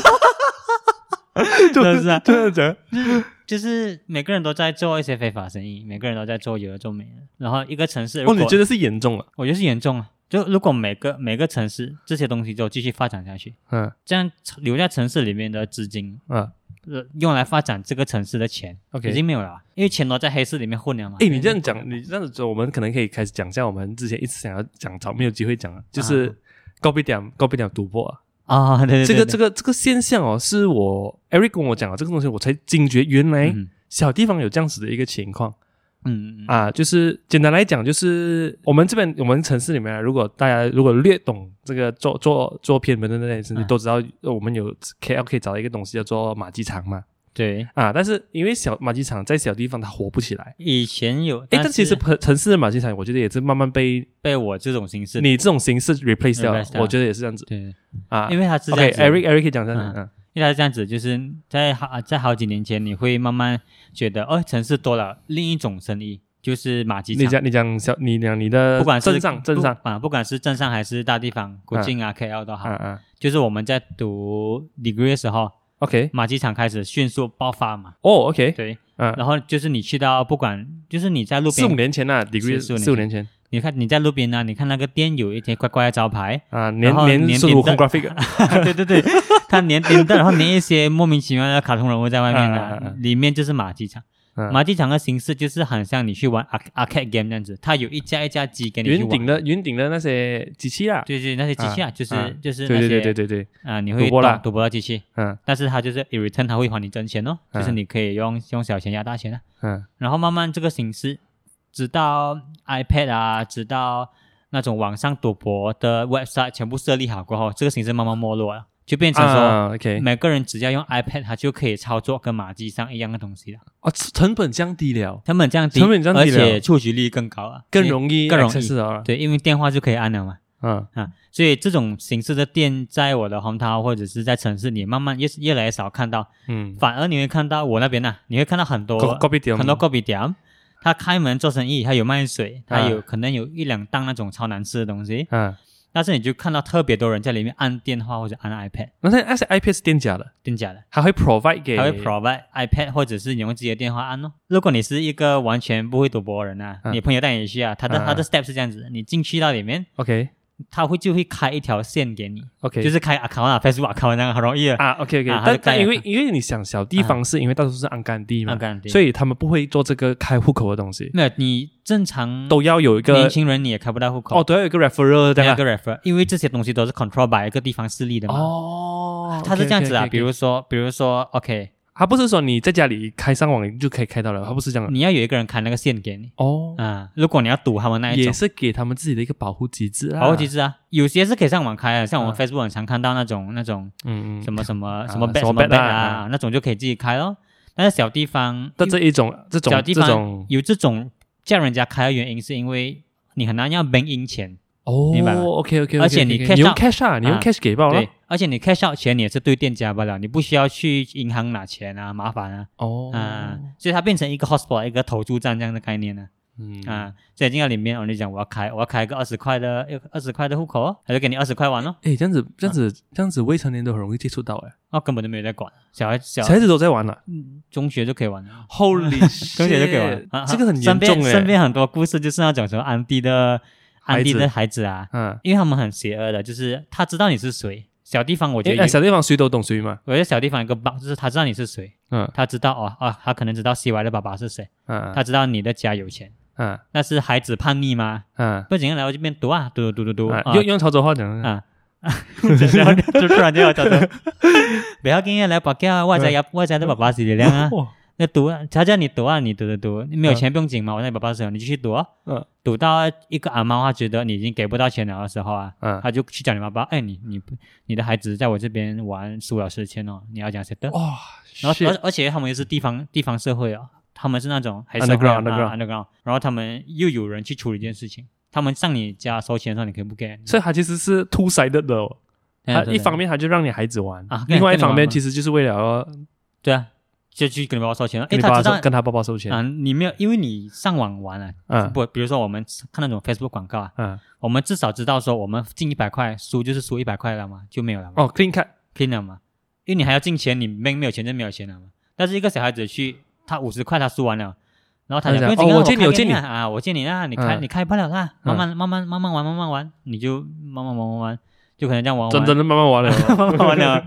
[SPEAKER 2] 是不是啊？
[SPEAKER 1] 真的讲，
[SPEAKER 2] 就是每个人都在做一些非法生意，每个人都在做有的做没的。然后一个城 *laughs* 市，如
[SPEAKER 1] 哦，
[SPEAKER 2] 果
[SPEAKER 1] 你觉得是严重了？
[SPEAKER 2] 我觉得是严重啊。就如果每个每个城市这些东西都继续发展下去，
[SPEAKER 1] 嗯
[SPEAKER 2] 这样留在城市里面的资金，
[SPEAKER 1] 嗯，
[SPEAKER 2] 呃，用来发展这个城市的钱
[SPEAKER 1] OK
[SPEAKER 2] 已经没有了啊，因为钱都在黑市里面混了嘛。
[SPEAKER 1] 哎，你这样讲，你这样子，我们可能可以开始讲一下我们之前一直想要讲，找没有机会讲啊，就是高比点高比点赌博啊，
[SPEAKER 2] 啊、对对对
[SPEAKER 1] 这个
[SPEAKER 2] 对
[SPEAKER 1] 这个这个现象哦，是我 Eric 跟我讲啊，这个东西我才惊觉，原来
[SPEAKER 2] 嗯
[SPEAKER 1] 小地方有这样子的一个情况。
[SPEAKER 2] 嗯嗯
[SPEAKER 1] 啊，就是简单来讲，就是我们这边我们城市里面啊，如果大家如果略懂这个做做做偏门的那些，你
[SPEAKER 2] 嗯
[SPEAKER 1] 都知道呃我们有 K L K 找到一个东西叫做马鸡场嘛
[SPEAKER 2] 对，
[SPEAKER 1] 啊，但是因为小马鸡场在小地方它火不起来。
[SPEAKER 2] 以前有，
[SPEAKER 1] 诶，
[SPEAKER 2] 但
[SPEAKER 1] 哎但其实城城市的马鸡场，我觉得也是慢慢被
[SPEAKER 2] 被我这种形式，
[SPEAKER 1] 你这种形式 replace 掉了
[SPEAKER 2] replace，掉
[SPEAKER 1] 我觉得也是这样子
[SPEAKER 2] 对，
[SPEAKER 1] 啊
[SPEAKER 2] 因。为他是这样子
[SPEAKER 1] OK，Eric Eric 可以讲这样子，
[SPEAKER 2] 嗯
[SPEAKER 1] 嗯
[SPEAKER 2] 因为它是这样子，就是在好在好几年前，你会慢慢觉得，哦，城市多了另一种生意，就是马鸡
[SPEAKER 1] 你
[SPEAKER 2] 场。
[SPEAKER 1] 讲你讲小你讲你的，
[SPEAKER 2] 不管是
[SPEAKER 1] 镇上镇上，
[SPEAKER 2] 不啊，不管是镇上还是大地方，古晋啊、KL 都好，
[SPEAKER 1] 啊啊
[SPEAKER 2] 就是我们在读 degree 的时候，
[SPEAKER 1] ，OK，
[SPEAKER 2] 马鸡场开始迅速爆发嘛。
[SPEAKER 1] 哦 OK，
[SPEAKER 2] 对，
[SPEAKER 1] 嗯，
[SPEAKER 2] 然后就是你去到不管，就是你在路
[SPEAKER 1] 四五
[SPEAKER 2] 边，
[SPEAKER 1] 年前呐，degree
[SPEAKER 2] 四五年
[SPEAKER 1] 四五年前，，
[SPEAKER 2] 你看你在路边呢、啊你看那个店有一些怪怪的招牌
[SPEAKER 1] *laughs* 啊，年
[SPEAKER 2] 然后
[SPEAKER 1] 年
[SPEAKER 2] 年
[SPEAKER 1] 孙
[SPEAKER 2] 底
[SPEAKER 1] 悟空
[SPEAKER 2] 的
[SPEAKER 1] *laughs* graphic 啊
[SPEAKER 2] 对对对，他粘顶的，然后粘一些莫名其妙的卡通人物在外面呢、
[SPEAKER 1] 啊啊啊啊
[SPEAKER 2] 里面就是马鸡场。
[SPEAKER 1] 嗯
[SPEAKER 2] 马剧场的形式就是很像你去玩 arc- arcade game 那样子，它有一架一架机给你去
[SPEAKER 1] 云顶
[SPEAKER 2] 玩。
[SPEAKER 1] 的云顶的那些机器啦，
[SPEAKER 2] 对对，那些机器啊，就是、
[SPEAKER 1] 啊
[SPEAKER 2] 就是那
[SPEAKER 1] 对
[SPEAKER 2] 些
[SPEAKER 1] 对对对对对，
[SPEAKER 2] 啊，你
[SPEAKER 1] 赌
[SPEAKER 2] 会
[SPEAKER 1] 博啦
[SPEAKER 2] 动赌博的机器，
[SPEAKER 1] 嗯
[SPEAKER 2] 但是它就是 in return 它会还你真钱哦，就是
[SPEAKER 1] 嗯
[SPEAKER 2] 你可以用用小钱压大钱啊。
[SPEAKER 1] 嗯
[SPEAKER 2] 然后慢慢这个形式，直到 iPad 啊，直到那种网上赌博的 website 全部设立好过后，这个形式慢慢没落了，就变成说、嗯
[SPEAKER 1] 啊，OK，
[SPEAKER 2] 每个人只要用 iPad，他就可以操作跟马机上一样的东西了。
[SPEAKER 1] 哦，成本降低了，
[SPEAKER 2] 成本降低，
[SPEAKER 1] 成本降低
[SPEAKER 2] 而
[SPEAKER 1] 了
[SPEAKER 2] 且触及率更高啊，
[SPEAKER 1] 更
[SPEAKER 2] 因为
[SPEAKER 1] 容易
[SPEAKER 2] 更容易
[SPEAKER 1] access 到了，
[SPEAKER 2] 对，因为电话就可以按了嘛。
[SPEAKER 1] 嗯
[SPEAKER 2] 啊，所以这种形式的店在我的红桃或者是在城市里，慢慢越越来越少看到，
[SPEAKER 1] 嗯，
[SPEAKER 2] 反而你会看到我那边呢、你会看到很多
[SPEAKER 1] 高高比点
[SPEAKER 2] 很多个别点，他开门做生意，他有卖水，他有、
[SPEAKER 1] 啊
[SPEAKER 2] 可能有一两档那种超难吃的东西，
[SPEAKER 1] 嗯，
[SPEAKER 2] 但是你就看到特别多人在里面按电话或者按 iPad，
[SPEAKER 1] 那那那些 iPad 是店家的，
[SPEAKER 2] 真假的？
[SPEAKER 1] 还会 provide 给，
[SPEAKER 2] 他会 provide iPad 或者是你用自己的电话按哦。如果你是一个完全不会赌博的人啊，
[SPEAKER 1] 啊
[SPEAKER 2] 你朋友带你去啊，他的、
[SPEAKER 1] 啊
[SPEAKER 2] 他的 step 是这样子，你进去到里面，
[SPEAKER 1] OK
[SPEAKER 2] 他会就会开一条线给你，
[SPEAKER 1] OK，
[SPEAKER 2] 就是是开 account 啊，Facebook account 那样很容易的。
[SPEAKER 1] 啊 OK OK，
[SPEAKER 2] 啊它
[SPEAKER 1] 但
[SPEAKER 2] 就
[SPEAKER 1] 但
[SPEAKER 2] 盖了
[SPEAKER 1] 因为因为你想小地方是因为到处是安干地嘛
[SPEAKER 2] 安啊干地
[SPEAKER 1] 所以他们不会做这个开户口的东西，
[SPEAKER 2] 没有，你正常
[SPEAKER 1] 都要有一
[SPEAKER 2] 年
[SPEAKER 1] 个
[SPEAKER 2] 轻人你也开不到户口
[SPEAKER 1] 哦，都要有一个 referral
[SPEAKER 2] 没
[SPEAKER 1] 对
[SPEAKER 2] 有
[SPEAKER 1] 吧
[SPEAKER 2] 一？个 refer，因为这些东西都是 control by 一个地方势力的嘛。
[SPEAKER 1] 哦，
[SPEAKER 2] 它是这样子啊，
[SPEAKER 1] OK，OK，OK，OK
[SPEAKER 2] 比如说，比如说，OK，
[SPEAKER 1] 他不是说你在家里开上网就可以开到了，他不是这样的
[SPEAKER 2] 你要有一个人开那个线给你
[SPEAKER 1] 哦，
[SPEAKER 2] 啊。如果你要赌他们那一
[SPEAKER 1] 也
[SPEAKER 2] 种，
[SPEAKER 1] 是给他们自己的一个保护机制啦，
[SPEAKER 2] 保护机，制啊，有些是可以上网开的，像我们
[SPEAKER 1] 啊
[SPEAKER 2] Facebook 很常看到那种那种
[SPEAKER 1] 嗯嗯
[SPEAKER 2] 什，么什么什么
[SPEAKER 1] 什
[SPEAKER 2] bet
[SPEAKER 1] 么
[SPEAKER 2] 什么
[SPEAKER 1] bet
[SPEAKER 2] bet
[SPEAKER 1] 啊
[SPEAKER 2] 啊，那种就可以自己开咯。但是小地方，
[SPEAKER 1] 但这一种这
[SPEAKER 2] 小
[SPEAKER 1] 种
[SPEAKER 2] 地
[SPEAKER 1] 这种
[SPEAKER 2] 方有这种叫人家开的原因，是因为你很难要 bank in 钱，
[SPEAKER 1] 哦
[SPEAKER 2] 明白吗
[SPEAKER 1] ，OK OK，
[SPEAKER 2] 而且你 cash
[SPEAKER 1] 你用
[SPEAKER 2] 到
[SPEAKER 1] cash 啊，你用
[SPEAKER 2] 啊
[SPEAKER 1] cash 给爆了
[SPEAKER 2] 对，，而且你 cash out 钱你也是对店家罢了，你不需要去银行拿钱啊，麻烦啊。
[SPEAKER 1] 哦，
[SPEAKER 2] 啊，所以它变成一个 hotspot，一个投注站这样的概念呢、
[SPEAKER 1] 嗯
[SPEAKER 2] 啊。所以进到里面，我就讲我要开，我要开一个二十块的，二十块的户口哦，他就给你二十块玩哦，
[SPEAKER 1] 哎，这样子，这样子，这样子，未成年都很容易接触到哎，
[SPEAKER 2] 哦，根本就没有在管，小孩小
[SPEAKER 1] 小孩子都在玩啊了
[SPEAKER 2] 中学就可以玩了。
[SPEAKER 1] *laughs* ，Holy，
[SPEAKER 2] 中学就可以玩
[SPEAKER 1] shit，
[SPEAKER 2] 啊，啊
[SPEAKER 1] 这个很
[SPEAKER 2] 身
[SPEAKER 1] 严
[SPEAKER 2] 边
[SPEAKER 1] 重
[SPEAKER 2] 身
[SPEAKER 1] 哎，
[SPEAKER 2] 边很多故事就是那种什么安迪的
[SPEAKER 1] 孩子
[SPEAKER 2] 安迪的孩子啊，
[SPEAKER 1] 嗯，
[SPEAKER 2] 因为他们很邪恶的，就是他知道你是谁。小地方我觉
[SPEAKER 1] 哎
[SPEAKER 2] 得有，
[SPEAKER 1] 哎小地方谁都懂谁嘛，
[SPEAKER 2] 我觉得小地方有个 bug，就是他知道你是谁，
[SPEAKER 1] 嗯
[SPEAKER 2] 他知道哦哦，他可能知道 CY 的爸爸是谁，
[SPEAKER 1] 嗯
[SPEAKER 2] 他知道你的家有钱，
[SPEAKER 1] 嗯
[SPEAKER 2] 但是孩子叛逆吗？
[SPEAKER 1] 嗯
[SPEAKER 2] 不仅来我这边读啊，读读读读读，
[SPEAKER 1] 嗯，
[SPEAKER 2] 啊
[SPEAKER 1] 用用潮州话讲，
[SPEAKER 2] 啊，然后就突然就要找到， *laughs* 不要跟人来绑架，我在
[SPEAKER 1] 嗯
[SPEAKER 2] 也我在的爸爸是力量啊， *laughs*
[SPEAKER 1] 哇，
[SPEAKER 2] 那读啊，他叫你读啊，你读读读，你没有钱不用紧嘛，我在爸爸手，你就去读啊，
[SPEAKER 1] 嗯
[SPEAKER 2] 读到一个阿妈她觉得你已经给不到钱了的时候啊，
[SPEAKER 1] 嗯，
[SPEAKER 2] 他就去找你爸爸，哎，你你你的孩子在我这边玩输了十千哦，你要讲谁的？
[SPEAKER 1] 哇，
[SPEAKER 2] 然后
[SPEAKER 1] shit
[SPEAKER 2] 而而且他们又是地方地方社会哦，他们是那种还是社会
[SPEAKER 1] Underground，
[SPEAKER 2] 啊 underground，然后他们又有人去处理这件事情，他们上你家收钱的时候，你可以不给，
[SPEAKER 1] 所以它其实是 two sided 的、哦，
[SPEAKER 2] 对啊
[SPEAKER 1] 它
[SPEAKER 2] 对啊
[SPEAKER 1] 一方面它就让你孩子玩，
[SPEAKER 2] 啊跟
[SPEAKER 1] 另外一方
[SPEAKER 2] 跟你玩
[SPEAKER 1] 面
[SPEAKER 2] 嘛
[SPEAKER 1] 其实就是为了要
[SPEAKER 2] 对啊，就去跟你爸爸收钱了，哎，
[SPEAKER 1] 跟你
[SPEAKER 2] 他
[SPEAKER 1] 爸
[SPEAKER 2] 知
[SPEAKER 1] 爸收
[SPEAKER 2] 道
[SPEAKER 1] 跟他爸爸收钱，
[SPEAKER 2] 啊，你没有，因为你上网玩了、
[SPEAKER 1] 嗯
[SPEAKER 2] 不，比如说我们看那种 Facebook 广告啊，
[SPEAKER 1] 嗯，
[SPEAKER 2] 我们至少知道说我们进一百块输就是输一百块了嘛，就没有了嘛、
[SPEAKER 1] 哦，clean cut，
[SPEAKER 2] c l e a n 了嘛，因为你还要进钱，你没没有钱就没有钱了嘛。但是一个小孩子去，他五十块他输完了。然后他
[SPEAKER 1] 他
[SPEAKER 2] 讲
[SPEAKER 1] 讲
[SPEAKER 2] 不
[SPEAKER 1] 哦我借
[SPEAKER 2] 用紧啊
[SPEAKER 1] 你
[SPEAKER 2] 开
[SPEAKER 1] 我
[SPEAKER 2] 给
[SPEAKER 1] 借
[SPEAKER 2] 你
[SPEAKER 1] 你
[SPEAKER 2] 啊啊，我借你啊，你开
[SPEAKER 1] 嗯
[SPEAKER 2] 你开不了啦，
[SPEAKER 1] 嗯
[SPEAKER 2] 慢慢慢慢慢慢玩慢慢玩，你就慢慢玩慢慢玩，就可能这样玩
[SPEAKER 1] 真
[SPEAKER 2] 玩
[SPEAKER 1] 真的慢慢
[SPEAKER 2] *laughs*
[SPEAKER 1] 玩了哦。
[SPEAKER 2] 慢慢玩了，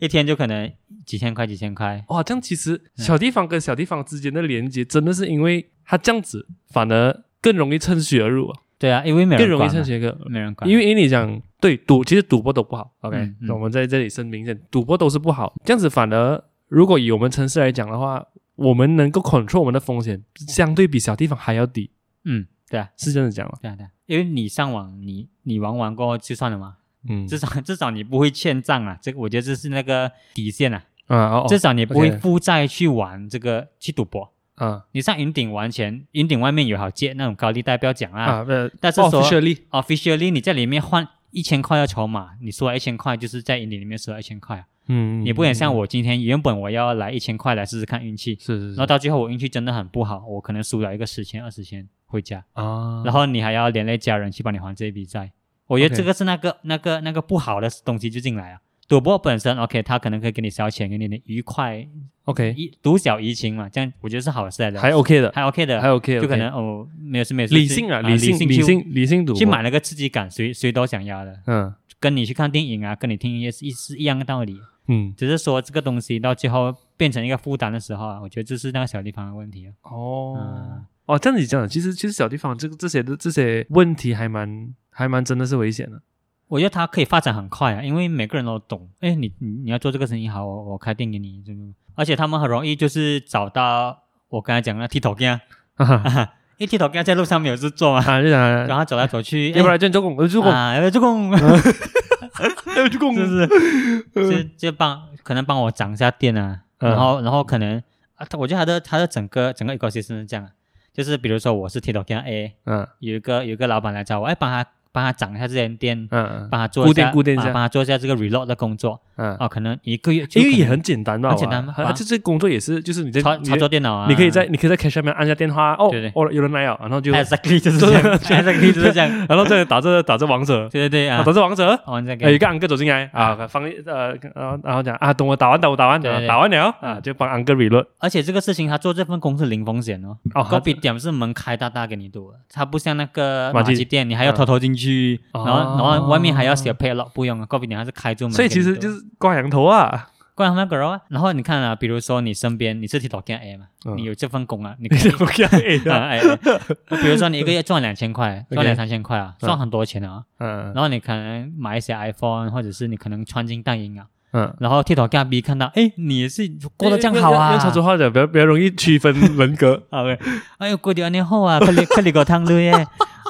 [SPEAKER 2] 一天就可能几千块几千块，
[SPEAKER 1] 哇，这样其实
[SPEAKER 2] 嗯
[SPEAKER 1] 小地方跟小地方之间的连接，真的是因为它这样子，反而更容易趁虚而入啊，
[SPEAKER 2] 对啊，因为没有
[SPEAKER 1] 更
[SPEAKER 2] 人
[SPEAKER 1] 容易
[SPEAKER 2] 管
[SPEAKER 1] 趁
[SPEAKER 2] 嘛，
[SPEAKER 1] 虚而入。
[SPEAKER 2] 没人管，
[SPEAKER 1] 因为因为你讲对赌，其实赌博都不好。OK，、
[SPEAKER 2] 嗯嗯
[SPEAKER 1] 那我们在这里声明一下，赌博都是不好。这样子反而，如果以我们城市来讲的话，我们能够 control 我们的风险，相对比小地方还要低，
[SPEAKER 2] 嗯，对啊，
[SPEAKER 1] 是这样子讲吗？
[SPEAKER 2] 对啊，对啊，因为你上网，你你玩完过后就算了嘛，
[SPEAKER 1] 嗯，
[SPEAKER 2] 至少 *laughs* 至少你不会欠账啊，这个我觉得这是那个底线啊，
[SPEAKER 1] 啊，哦，
[SPEAKER 2] 至少你不
[SPEAKER 1] OK
[SPEAKER 2] 会负债去玩这个去赌博。
[SPEAKER 1] 啊
[SPEAKER 2] 你上云顶玩前，云顶外面有好借那种高利贷，不要讲啊。
[SPEAKER 1] 啊，呃，
[SPEAKER 2] 但是
[SPEAKER 1] 哦
[SPEAKER 2] 说
[SPEAKER 1] officially
[SPEAKER 2] officially 你在里面换一千块的筹码，你输了一千块，就是在云顶里面输了一千块啊。
[SPEAKER 1] 嗯，
[SPEAKER 2] 你不能像
[SPEAKER 1] 我，
[SPEAKER 2] 我今天原本我要来一千块来试试看运气，
[SPEAKER 1] 嗯是是
[SPEAKER 2] 然
[SPEAKER 1] 是
[SPEAKER 2] 后到最后我运气真的很不好，我可能输了一个十千二十千回家。
[SPEAKER 1] 啊，
[SPEAKER 2] 然后你还要连累家人去帮你还这一笔债。我觉得
[SPEAKER 1] OK
[SPEAKER 2] 这个是那个那个那个不好的东西就进来啊。赌博本身，OK，他可能可以给你消遣，给你点愉快，
[SPEAKER 1] OK
[SPEAKER 2] 一独小怡情嘛，这样我觉得是好事来的，
[SPEAKER 1] 还 OK 的，
[SPEAKER 2] 还 OK 的，
[SPEAKER 1] 还 OK，
[SPEAKER 2] 就可能哦，没有事没有事，
[SPEAKER 1] 理性啊，
[SPEAKER 2] 去
[SPEAKER 1] 理性
[SPEAKER 2] 性
[SPEAKER 1] 理
[SPEAKER 2] 去
[SPEAKER 1] 性理性赌博
[SPEAKER 2] 去买，那个刺激感，谁谁都想要的，
[SPEAKER 1] 嗯，
[SPEAKER 2] 跟你去看电影啊，跟你听音乐是一是一样的道理。
[SPEAKER 1] 嗯，
[SPEAKER 2] 只是说这个东西到最后变成一个负担的时候啊，我觉得这是那个小地方的问题啊。
[SPEAKER 1] 哦。
[SPEAKER 2] 嗯
[SPEAKER 1] 哦，这样子讲的，其实其实小地方这个这些的这些问题还蛮还蛮真的是危险
[SPEAKER 2] *laughs*
[SPEAKER 1] 的，
[SPEAKER 2] 我觉得它可以发展很快啊，因为每个人都懂，哎，你你你要做这个生意好，我我开店给你，这种而且他们很容易就是找到我刚才讲的剃头匠，
[SPEAKER 1] 哈哈
[SPEAKER 2] 因为剃头匠在路上没有事做嘛，
[SPEAKER 1] *laughs* 啊，就讲
[SPEAKER 2] 然后走来走去，
[SPEAKER 1] *laughs* 要不然就做工，呃做
[SPEAKER 2] 就
[SPEAKER 1] 工，
[SPEAKER 2] 啊，这工
[SPEAKER 1] 呃做 *laughs* 工，
[SPEAKER 2] *laughs* 就是就就帮可能帮我涨一下店啊，
[SPEAKER 1] 嗯
[SPEAKER 2] 然后然后可能啊，他我觉得他的他的整个整个 ecosystem 是这样啊，就是比如说我是剃头匠 A，
[SPEAKER 1] 嗯
[SPEAKER 2] 有一个有一个老板来找我，哎，帮他帮他涨一下这间店，
[SPEAKER 1] 嗯
[SPEAKER 2] 帮他做一下
[SPEAKER 1] 固定固定一下
[SPEAKER 2] 啊帮他做一下这个 reload 的工作。
[SPEAKER 1] 嗯，
[SPEAKER 2] 哦，可能一个月就
[SPEAKER 1] 因
[SPEAKER 2] 可
[SPEAKER 1] 为
[SPEAKER 2] 能
[SPEAKER 1] 也很简单吧，
[SPEAKER 2] 很简单嘛
[SPEAKER 1] 啊啊就是工作也是，就是你在
[SPEAKER 2] 操
[SPEAKER 1] 你
[SPEAKER 2] 操作电脑啊，
[SPEAKER 1] 你可以在你可以在 cash 上面按下电话，哦
[SPEAKER 2] 对对
[SPEAKER 1] 哦有人来了，然后就啊
[SPEAKER 2] exactly 就是这样，exactly 就是这
[SPEAKER 1] *laughs*
[SPEAKER 2] 样，
[SPEAKER 1] 然后再打着打着王者，
[SPEAKER 2] 对对对
[SPEAKER 1] 啊
[SPEAKER 2] 啊
[SPEAKER 1] 打，着王者，
[SPEAKER 2] 我们再
[SPEAKER 1] 哎，一
[SPEAKER 2] 给
[SPEAKER 1] 个安哥走进来啊，放一呃呃然后讲啊，等我打完等我打完
[SPEAKER 2] 对对对
[SPEAKER 1] 打完了啊，就帮安哥 reload
[SPEAKER 2] 而且这个事情他做这份工是零风险哦，
[SPEAKER 1] 哦，
[SPEAKER 2] 高比点是门开大大给你读的，它不像那个
[SPEAKER 1] 马
[SPEAKER 2] 马
[SPEAKER 1] 吉
[SPEAKER 2] 吉店，你还要
[SPEAKER 1] 嗯
[SPEAKER 2] 偷偷进去，
[SPEAKER 1] 哦
[SPEAKER 2] 然后然后外面还要写 pay lock，不用啊，高比点它是开住门给你读，
[SPEAKER 1] 所以其实就是挂羊头啊，
[SPEAKER 2] 关他们狗肉啊。然后你看啊，比如说你身边你是剃头干 A 嘛，
[SPEAKER 1] 嗯
[SPEAKER 2] 你有这
[SPEAKER 1] *laughs*
[SPEAKER 2] 份工啊，你可
[SPEAKER 1] 你
[SPEAKER 2] 以
[SPEAKER 1] 就不要
[SPEAKER 2] 啊
[SPEAKER 1] 哎，
[SPEAKER 2] 哎，哎比如说你一个月赚两千
[SPEAKER 1] *laughs*
[SPEAKER 2] 块，
[SPEAKER 1] OK
[SPEAKER 2] 赚两三千块啊，
[SPEAKER 1] 嗯
[SPEAKER 2] 赚很多钱啊。
[SPEAKER 1] 嗯
[SPEAKER 2] 然后你可能买一些 iPhone，或者是你可能穿金戴银啊，
[SPEAKER 1] 嗯。
[SPEAKER 2] 然后剃头干 B 看到，哎，你也是过得这样好
[SPEAKER 1] 用
[SPEAKER 2] 啊。
[SPEAKER 1] 用，潮州话讲比较比较容易区分人格
[SPEAKER 2] 啊喂，哎呦，过得安尼好啊，快点 *laughs* 快点给我汤路耶，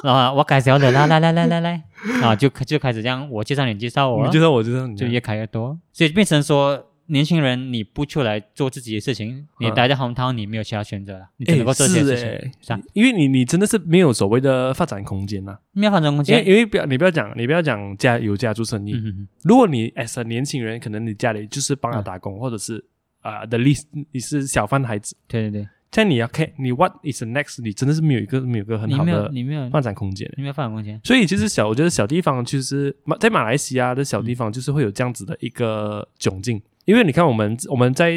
[SPEAKER 2] 然后啊我介绍了啦，来来来来来，啊就就开始这样，我介绍你介绍我
[SPEAKER 1] 你，就说我就说你
[SPEAKER 2] 就越开越多，所以变成说。年轻人，你不出来做自己的事情，你
[SPEAKER 1] 嗯
[SPEAKER 2] 待在hometown，你没有其他选择了，你只
[SPEAKER 1] 哎
[SPEAKER 2] 能够做这些
[SPEAKER 1] 是
[SPEAKER 2] 事情，
[SPEAKER 1] 哎
[SPEAKER 2] 是吧？
[SPEAKER 1] 因为你你真的是没有所谓的发展空间呐、
[SPEAKER 2] 没有发展空
[SPEAKER 1] 因为
[SPEAKER 2] 间。
[SPEAKER 1] 因为不要你不要讲你不要讲家有家族生意，
[SPEAKER 2] 嗯嗯
[SPEAKER 1] 如果你 as a 年轻人，可能你家里就是帮他打工，或者是啊的 least 你是小贩孩子，
[SPEAKER 2] 对对
[SPEAKER 1] 但你要看你 what is the next，你真的是没有一个没有一个
[SPEAKER 2] 对，
[SPEAKER 1] 很
[SPEAKER 2] 你
[SPEAKER 1] 好
[SPEAKER 2] 没有
[SPEAKER 1] 的
[SPEAKER 2] 你没有
[SPEAKER 1] 发展空间。
[SPEAKER 2] 你没有发展空间。
[SPEAKER 1] 所以其实小，我觉得小地方其实马在马来西亚的小地方，就是会有这样子的一个窘境。因为你看我，们我们在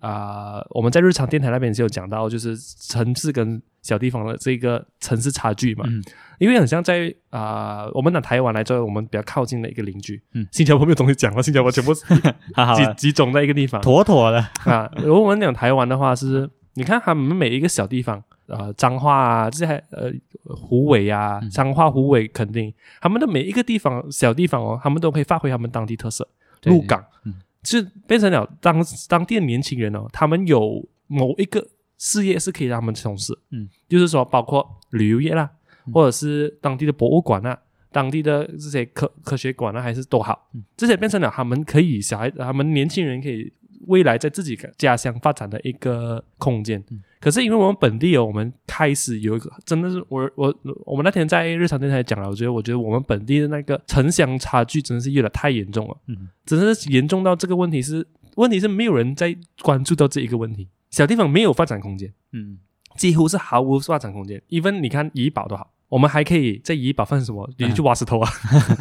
[SPEAKER 1] 啊、我们在日常电台那边也是有讲到，就是城市跟小地方的这个城市差距嘛。
[SPEAKER 2] 嗯
[SPEAKER 1] 因为很像在啊、我们拿台湾来做，我们比较靠近的一个邻居。
[SPEAKER 2] 嗯
[SPEAKER 1] 新加坡没有东西讲了，新加坡全部集
[SPEAKER 2] *laughs* 好啊好
[SPEAKER 1] 集集中在一个地方
[SPEAKER 2] 妥妥的。
[SPEAKER 1] 啊。如果我们讲台湾的话是，你看他们每一个小地方，呃，彰化啊，这些呃湖尾啊，彰化、湖尾、肯定，他们的每一个地方小地方哦，他们都可以发挥他们当地特色。
[SPEAKER 2] 对
[SPEAKER 1] 鹿港
[SPEAKER 2] 嗯
[SPEAKER 1] 是变成了当当地的年轻人哦，他们有某一个事业是可以让他们从事，
[SPEAKER 2] 嗯，
[SPEAKER 1] 就是说包括旅游业啦，
[SPEAKER 2] 嗯
[SPEAKER 1] 或者是当地的博物馆啊。当地的这些科科学馆啊，还是都好
[SPEAKER 2] 嗯，
[SPEAKER 1] 这些变成了他们可以小孩，他们年轻人可以未来在自己家乡发展的一个空间。
[SPEAKER 2] 嗯
[SPEAKER 1] 可是因为我们本地哦，我们开始有一个真的是我我我们那天在日常电台讲了，我觉得我觉得我们本地的那个城乡差距真的是越来太严重了，
[SPEAKER 2] 嗯，
[SPEAKER 1] 真的是严重到这个问题是问题是没有人在关注到这一个问题，小地方没有发展空间，
[SPEAKER 2] 嗯，
[SPEAKER 1] 几乎是毫无发展空间。even 你看怡保都好，我们还可以在怡保放什么？你
[SPEAKER 2] *laughs*
[SPEAKER 1] 去挖石头啊，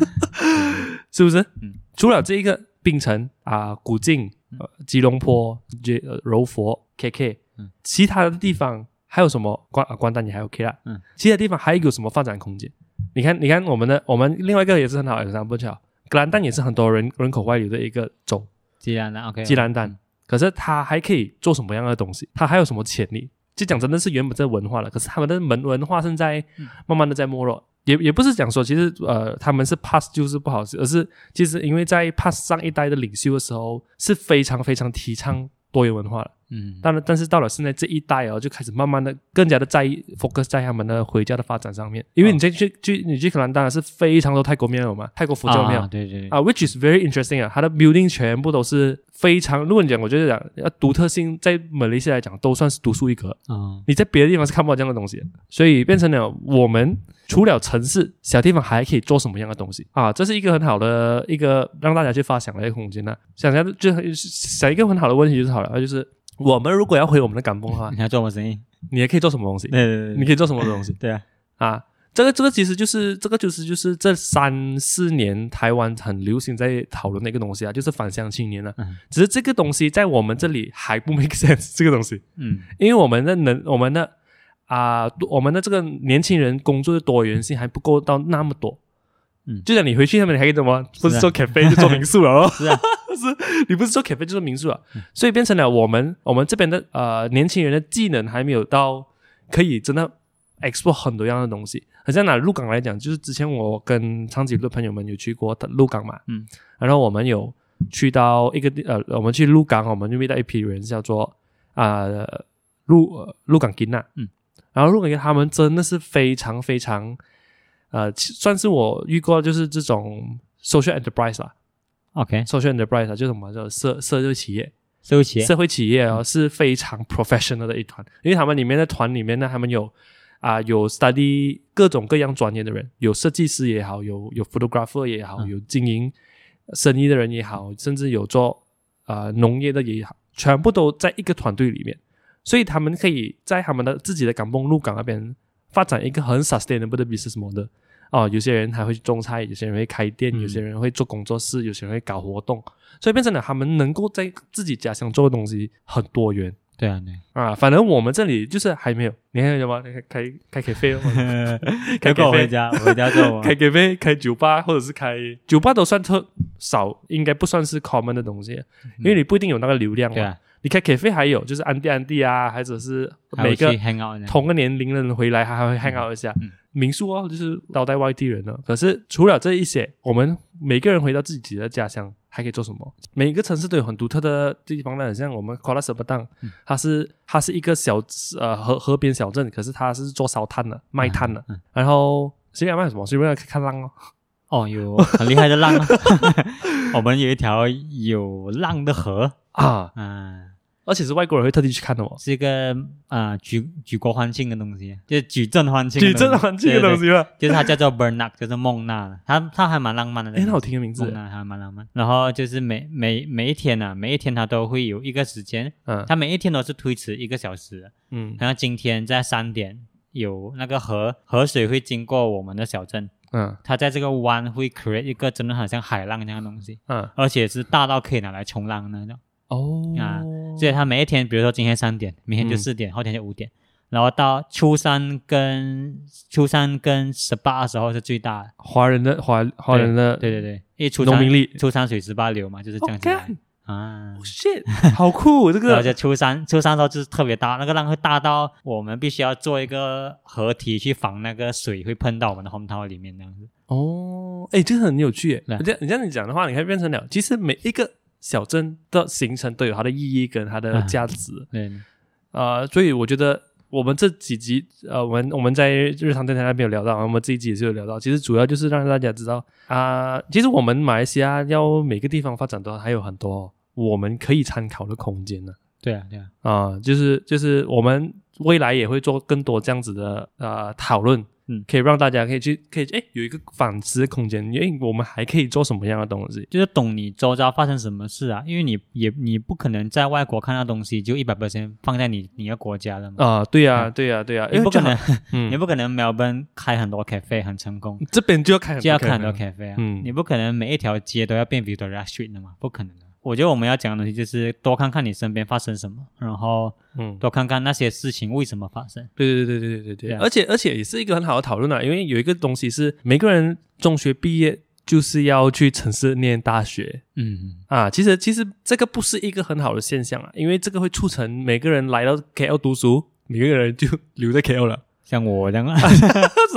[SPEAKER 1] *laughs* 是不是？
[SPEAKER 2] 嗯
[SPEAKER 1] 除了这一个槟城啊、古晋、呃、吉隆坡、杰呃柔佛、KK，、
[SPEAKER 2] 嗯
[SPEAKER 1] 其他的地方还有什么？关啊关丹也还 OK 啦。
[SPEAKER 2] 嗯，
[SPEAKER 1] 其他地方还有什么发展空间？你看，你看我们的我们另外一个也是很好的 example，叫格兰丹也是很多人人口外流的一个州，
[SPEAKER 2] 既然呢，OK，
[SPEAKER 1] 鸡蛋蛋，嗯可是它还可以做什么样的东西？它还有什么潜力？就讲真的是原本在文化了，可是他们的文文化现在
[SPEAKER 2] 嗯
[SPEAKER 1] 慢慢的在没落。也也不是讲说，其实呃，他们是 pass 就是不好，而是其实因为在 pass 上一代的领袖的时候是非常非常提倡多元文化的，
[SPEAKER 2] 嗯，
[SPEAKER 1] 当然，但是到了现在这一代哦，就开始慢慢的更加的在意 focus 在他们的回教的发展上面，因为你这去去你去可兰当然是非常多泰国面有嘛，泰国佛教面有
[SPEAKER 2] 啊，对对对，
[SPEAKER 1] 啊，which is very interesting 啊，它的 building 全部都是非常，如果你讲，我觉得讲要独特性，在马来西亚来讲都算是独树一格，
[SPEAKER 2] 嗯，
[SPEAKER 1] 你在别的地方是看不到这样的东西的，啊所以变成了我们除了城市小地方还可以做什么样的东西啊？这是一个很好的一个让大家去发想的一个空间呢、啊想想就想一个很好的问题就是好了，就是我们如果要回我们的港风的话
[SPEAKER 2] 你，还做我们生意？
[SPEAKER 1] 你也可以做什么东西？
[SPEAKER 2] 对对
[SPEAKER 1] 你
[SPEAKER 2] 对，
[SPEAKER 1] 可以做什么东西？
[SPEAKER 2] 对啊，
[SPEAKER 1] 啊，这个这个其实就是这个就是就是这三四年台湾很流行在讨论的一个东西啊，就是返乡青年了、
[SPEAKER 2] 嗯
[SPEAKER 1] 只是这个东西在我们这里还不 make *laughs* sense 这个东西，
[SPEAKER 2] 嗯
[SPEAKER 1] 因为我们的能我们的啊、多我们的这个年轻人工作的多元性还不够到那么多。
[SPEAKER 2] 嗯
[SPEAKER 1] 就像你回去他们还可以怎么？不
[SPEAKER 2] 是
[SPEAKER 1] 是
[SPEAKER 2] 啊
[SPEAKER 1] 做 cafe 就做民宿了咯，哦
[SPEAKER 2] 是啊
[SPEAKER 1] *laughs*
[SPEAKER 2] 嗯
[SPEAKER 1] 是你不是说 cafe 就是民宿啊，所以变成了我们我们这边的呃年轻人的技能还没有到可以真的 explore 很多样的东西。好像拿鹿港来讲，就是之前我跟长颈鹿的朋友们有去过鹿港嘛，
[SPEAKER 2] 嗯，
[SPEAKER 1] 然后我们有去到一个地呃，我们去鹿港，我们就遇到一批人叫做啊、呃、鹿呃鹿港金娜，
[SPEAKER 2] 嗯，
[SPEAKER 1] 然后鹿港金他们真的是非常非常呃，其算是我遇过就是这种 social enterprise 啦
[SPEAKER 2] OK，
[SPEAKER 1] ，social enterprise 啊就是什么叫社社会企业，
[SPEAKER 2] 收起
[SPEAKER 1] 社会企业哦是非常 professional 的一团，因为他们里面的团里面呢，他们有啊、有 study 各种各样专业的人，有设计师也好，有有 photographer 也好，有经营生意的人也好，甚至有做啊、农业的也好，全部都在一个团队里面，所以他们可以在他们的自己的港崩鹿港那边发展一个很 sustainable 的 business model。哦，有些人还会去种菜，有些人会开店，
[SPEAKER 2] 嗯
[SPEAKER 1] 有些人会做工作室，有些人会搞活动，所以变成了他们能够在自己家乡做的东西很多元
[SPEAKER 2] 对啊， *laughs* 对。
[SPEAKER 1] 啊。反正我们这里就是还没有，你看有吗？开开咖啡了吗？
[SPEAKER 2] *laughs* 如果我回 *laughs* 家，我回家之后啊，
[SPEAKER 1] 开咖啡、开酒吧，或者是开酒吧都算特少，应该不算是 common 的东西，因为你不一定有那个流量
[SPEAKER 2] 嗯对
[SPEAKER 1] 嘛。
[SPEAKER 2] 啊，
[SPEAKER 1] 你开咖啡还有就是安迪安迪啊，或者是
[SPEAKER 2] 还会
[SPEAKER 1] 每
[SPEAKER 2] 去
[SPEAKER 1] 个
[SPEAKER 2] hang out 呢
[SPEAKER 1] 同个年龄的人回来，还会 hang out 一下。
[SPEAKER 2] 嗯
[SPEAKER 1] 民宿哦，就是招待外地人了。可是除了这一些，我们每个人回到自己的家乡，还可以做什么？每个城市都有很独特的地方的，很像我们 Kuala s e b a t a n 它是它是一个小呃河河边小镇，可是它是做烧炭的、卖炭的。然后西班牙卖什么？西班牙看浪哦，
[SPEAKER 2] 哦，有很厉害的浪啊， *laughs* 我们有一条有浪的河，
[SPEAKER 1] 啊，
[SPEAKER 2] 嗯，
[SPEAKER 1] 而且是外国人会特地去看的哦。
[SPEAKER 2] 是一个啊举举国欢庆的东西，就是举正欢庆，
[SPEAKER 1] 举正欢庆的东，
[SPEAKER 2] 对对
[SPEAKER 1] 西啊吧？
[SPEAKER 2] 就是它叫做 Bernak，就是孟娜，它它还蛮浪漫的。
[SPEAKER 1] 哎，那好听的名
[SPEAKER 2] 孟
[SPEAKER 1] 字，
[SPEAKER 2] 娜哦还蛮浪漫。然后就是每每每一天呢、每一天它都会有一个时间，
[SPEAKER 1] 嗯
[SPEAKER 2] 它每一天都是推迟一个小时的。
[SPEAKER 1] 嗯
[SPEAKER 2] 然后今天在三点有那个河河水会经过我们的小镇，
[SPEAKER 1] 嗯
[SPEAKER 2] 它在这个湾会 create 一个真的很像海浪那样的东西，
[SPEAKER 1] 嗯，
[SPEAKER 2] 而且是大到可以拿来冲浪的那种。
[SPEAKER 1] 哦
[SPEAKER 2] 啊所以它每一天，比如说今天三点，明天就
[SPEAKER 1] 嗯
[SPEAKER 2] 四点，后天就五点，然后到初三跟初三跟十八的时候是最大的。
[SPEAKER 1] 华人的华华人的
[SPEAKER 2] 对对对，因为初
[SPEAKER 1] 农
[SPEAKER 2] 三
[SPEAKER 1] 民力
[SPEAKER 2] 初三水十八流嘛，就是这样子来、啊。
[SPEAKER 1] shit，好酷！这
[SPEAKER 2] 然后
[SPEAKER 1] 个
[SPEAKER 2] 就初三，初三的时候就是特别大，那个浪会大到我们必须要做一个合体去防那个水会喷到我们的红桃里面那样子。
[SPEAKER 1] 哦，哎，这个很有趣耶。
[SPEAKER 2] 对啊
[SPEAKER 1] 这样你这样你讲的话，你看变成了，其实每一个小镇的形成都有它的意义跟它的
[SPEAKER 2] 嗯
[SPEAKER 1] 价值。
[SPEAKER 2] 对，
[SPEAKER 1] 呃，所以我觉得我们这几集，呃，我们我们在日常电台那边有聊到，我们这一集也是有聊到。其实主要就是让大家知道啊、其实我们马来西亚要每个地方发展都还有很多我们可以参考的空间呢、
[SPEAKER 2] 对啊，对啊，
[SPEAKER 1] 啊、就是就是我们未来也会做更多这样子的呃讨论，
[SPEAKER 2] 嗯，
[SPEAKER 1] 可以让大家可以去可以哎有一个反思的空间，因为我们还可以做什么样的东西？
[SPEAKER 2] 就是懂你周遭发生什么事啊，因为你也你不可能在外国看到东西就一百 percent 放在你你的国家了嘛，
[SPEAKER 1] 啊、对呀、对呀、对呀、因
[SPEAKER 2] 你
[SPEAKER 1] 为
[SPEAKER 2] 不可
[SPEAKER 1] 就好
[SPEAKER 2] 能， *laughs* 你
[SPEAKER 1] 嗯，
[SPEAKER 2] 不可能墨尔本开很多 cafe 很成功，
[SPEAKER 1] 这边就要看很多
[SPEAKER 2] 就要看
[SPEAKER 1] cafe
[SPEAKER 2] 很多
[SPEAKER 1] 了
[SPEAKER 2] cafe 啊，
[SPEAKER 1] 嗯
[SPEAKER 2] 你不可能每一条街都要变 Victoria Street 的嘛，不可能的。我觉得我们要讲的东西就是多看看你身边发生什么，然后
[SPEAKER 1] 嗯，
[SPEAKER 2] 多看看那些事情为什么发生。
[SPEAKER 1] 对对对对对对对，
[SPEAKER 2] 对啊
[SPEAKER 1] 而且而且也是一个很好的讨论啊，因为有一个东西是每个人中学毕业就是要去城市念大学，
[SPEAKER 2] 嗯，
[SPEAKER 1] 啊，其实其实这个不是一个很好的现象啊，因为这个会促成每个人来到 KL 读书，每个人就留在 KL 了。
[SPEAKER 2] 像我这样啊，
[SPEAKER 1] 是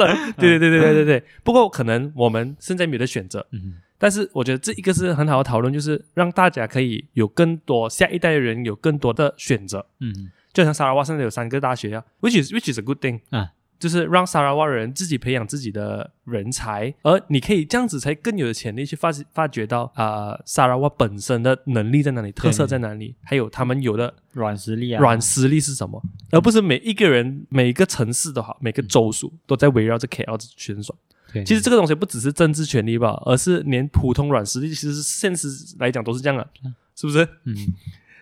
[SPEAKER 1] 啊对对对对对对对。不过可能我们现在没有得选择，
[SPEAKER 2] 嗯
[SPEAKER 1] 但是我觉得这一个是很好的讨论，就是让大家可以有更多下一代的人有更多的选择。
[SPEAKER 2] 嗯
[SPEAKER 1] 就像沙拉瓦现在有三个大学啊，which is which is a good thing
[SPEAKER 2] 啊，
[SPEAKER 1] 就是让沙拉瓦人自己培养自己的人才，而你可以这样子才更有的潜力去发发掘到啊、呃沙拉瓦本身的能力在哪里，特色在哪里，还有他们有的
[SPEAKER 2] 软实力啊，
[SPEAKER 1] 软实力是什么，而不是每一个人、每一个城市都好，每个州属都在围绕着 KL 旋转。
[SPEAKER 2] 对，
[SPEAKER 1] 其实这个东西不只是政治权利吧，而是连普通软实力，其实是现实来讲都是这样的，是不是？
[SPEAKER 2] 嗯，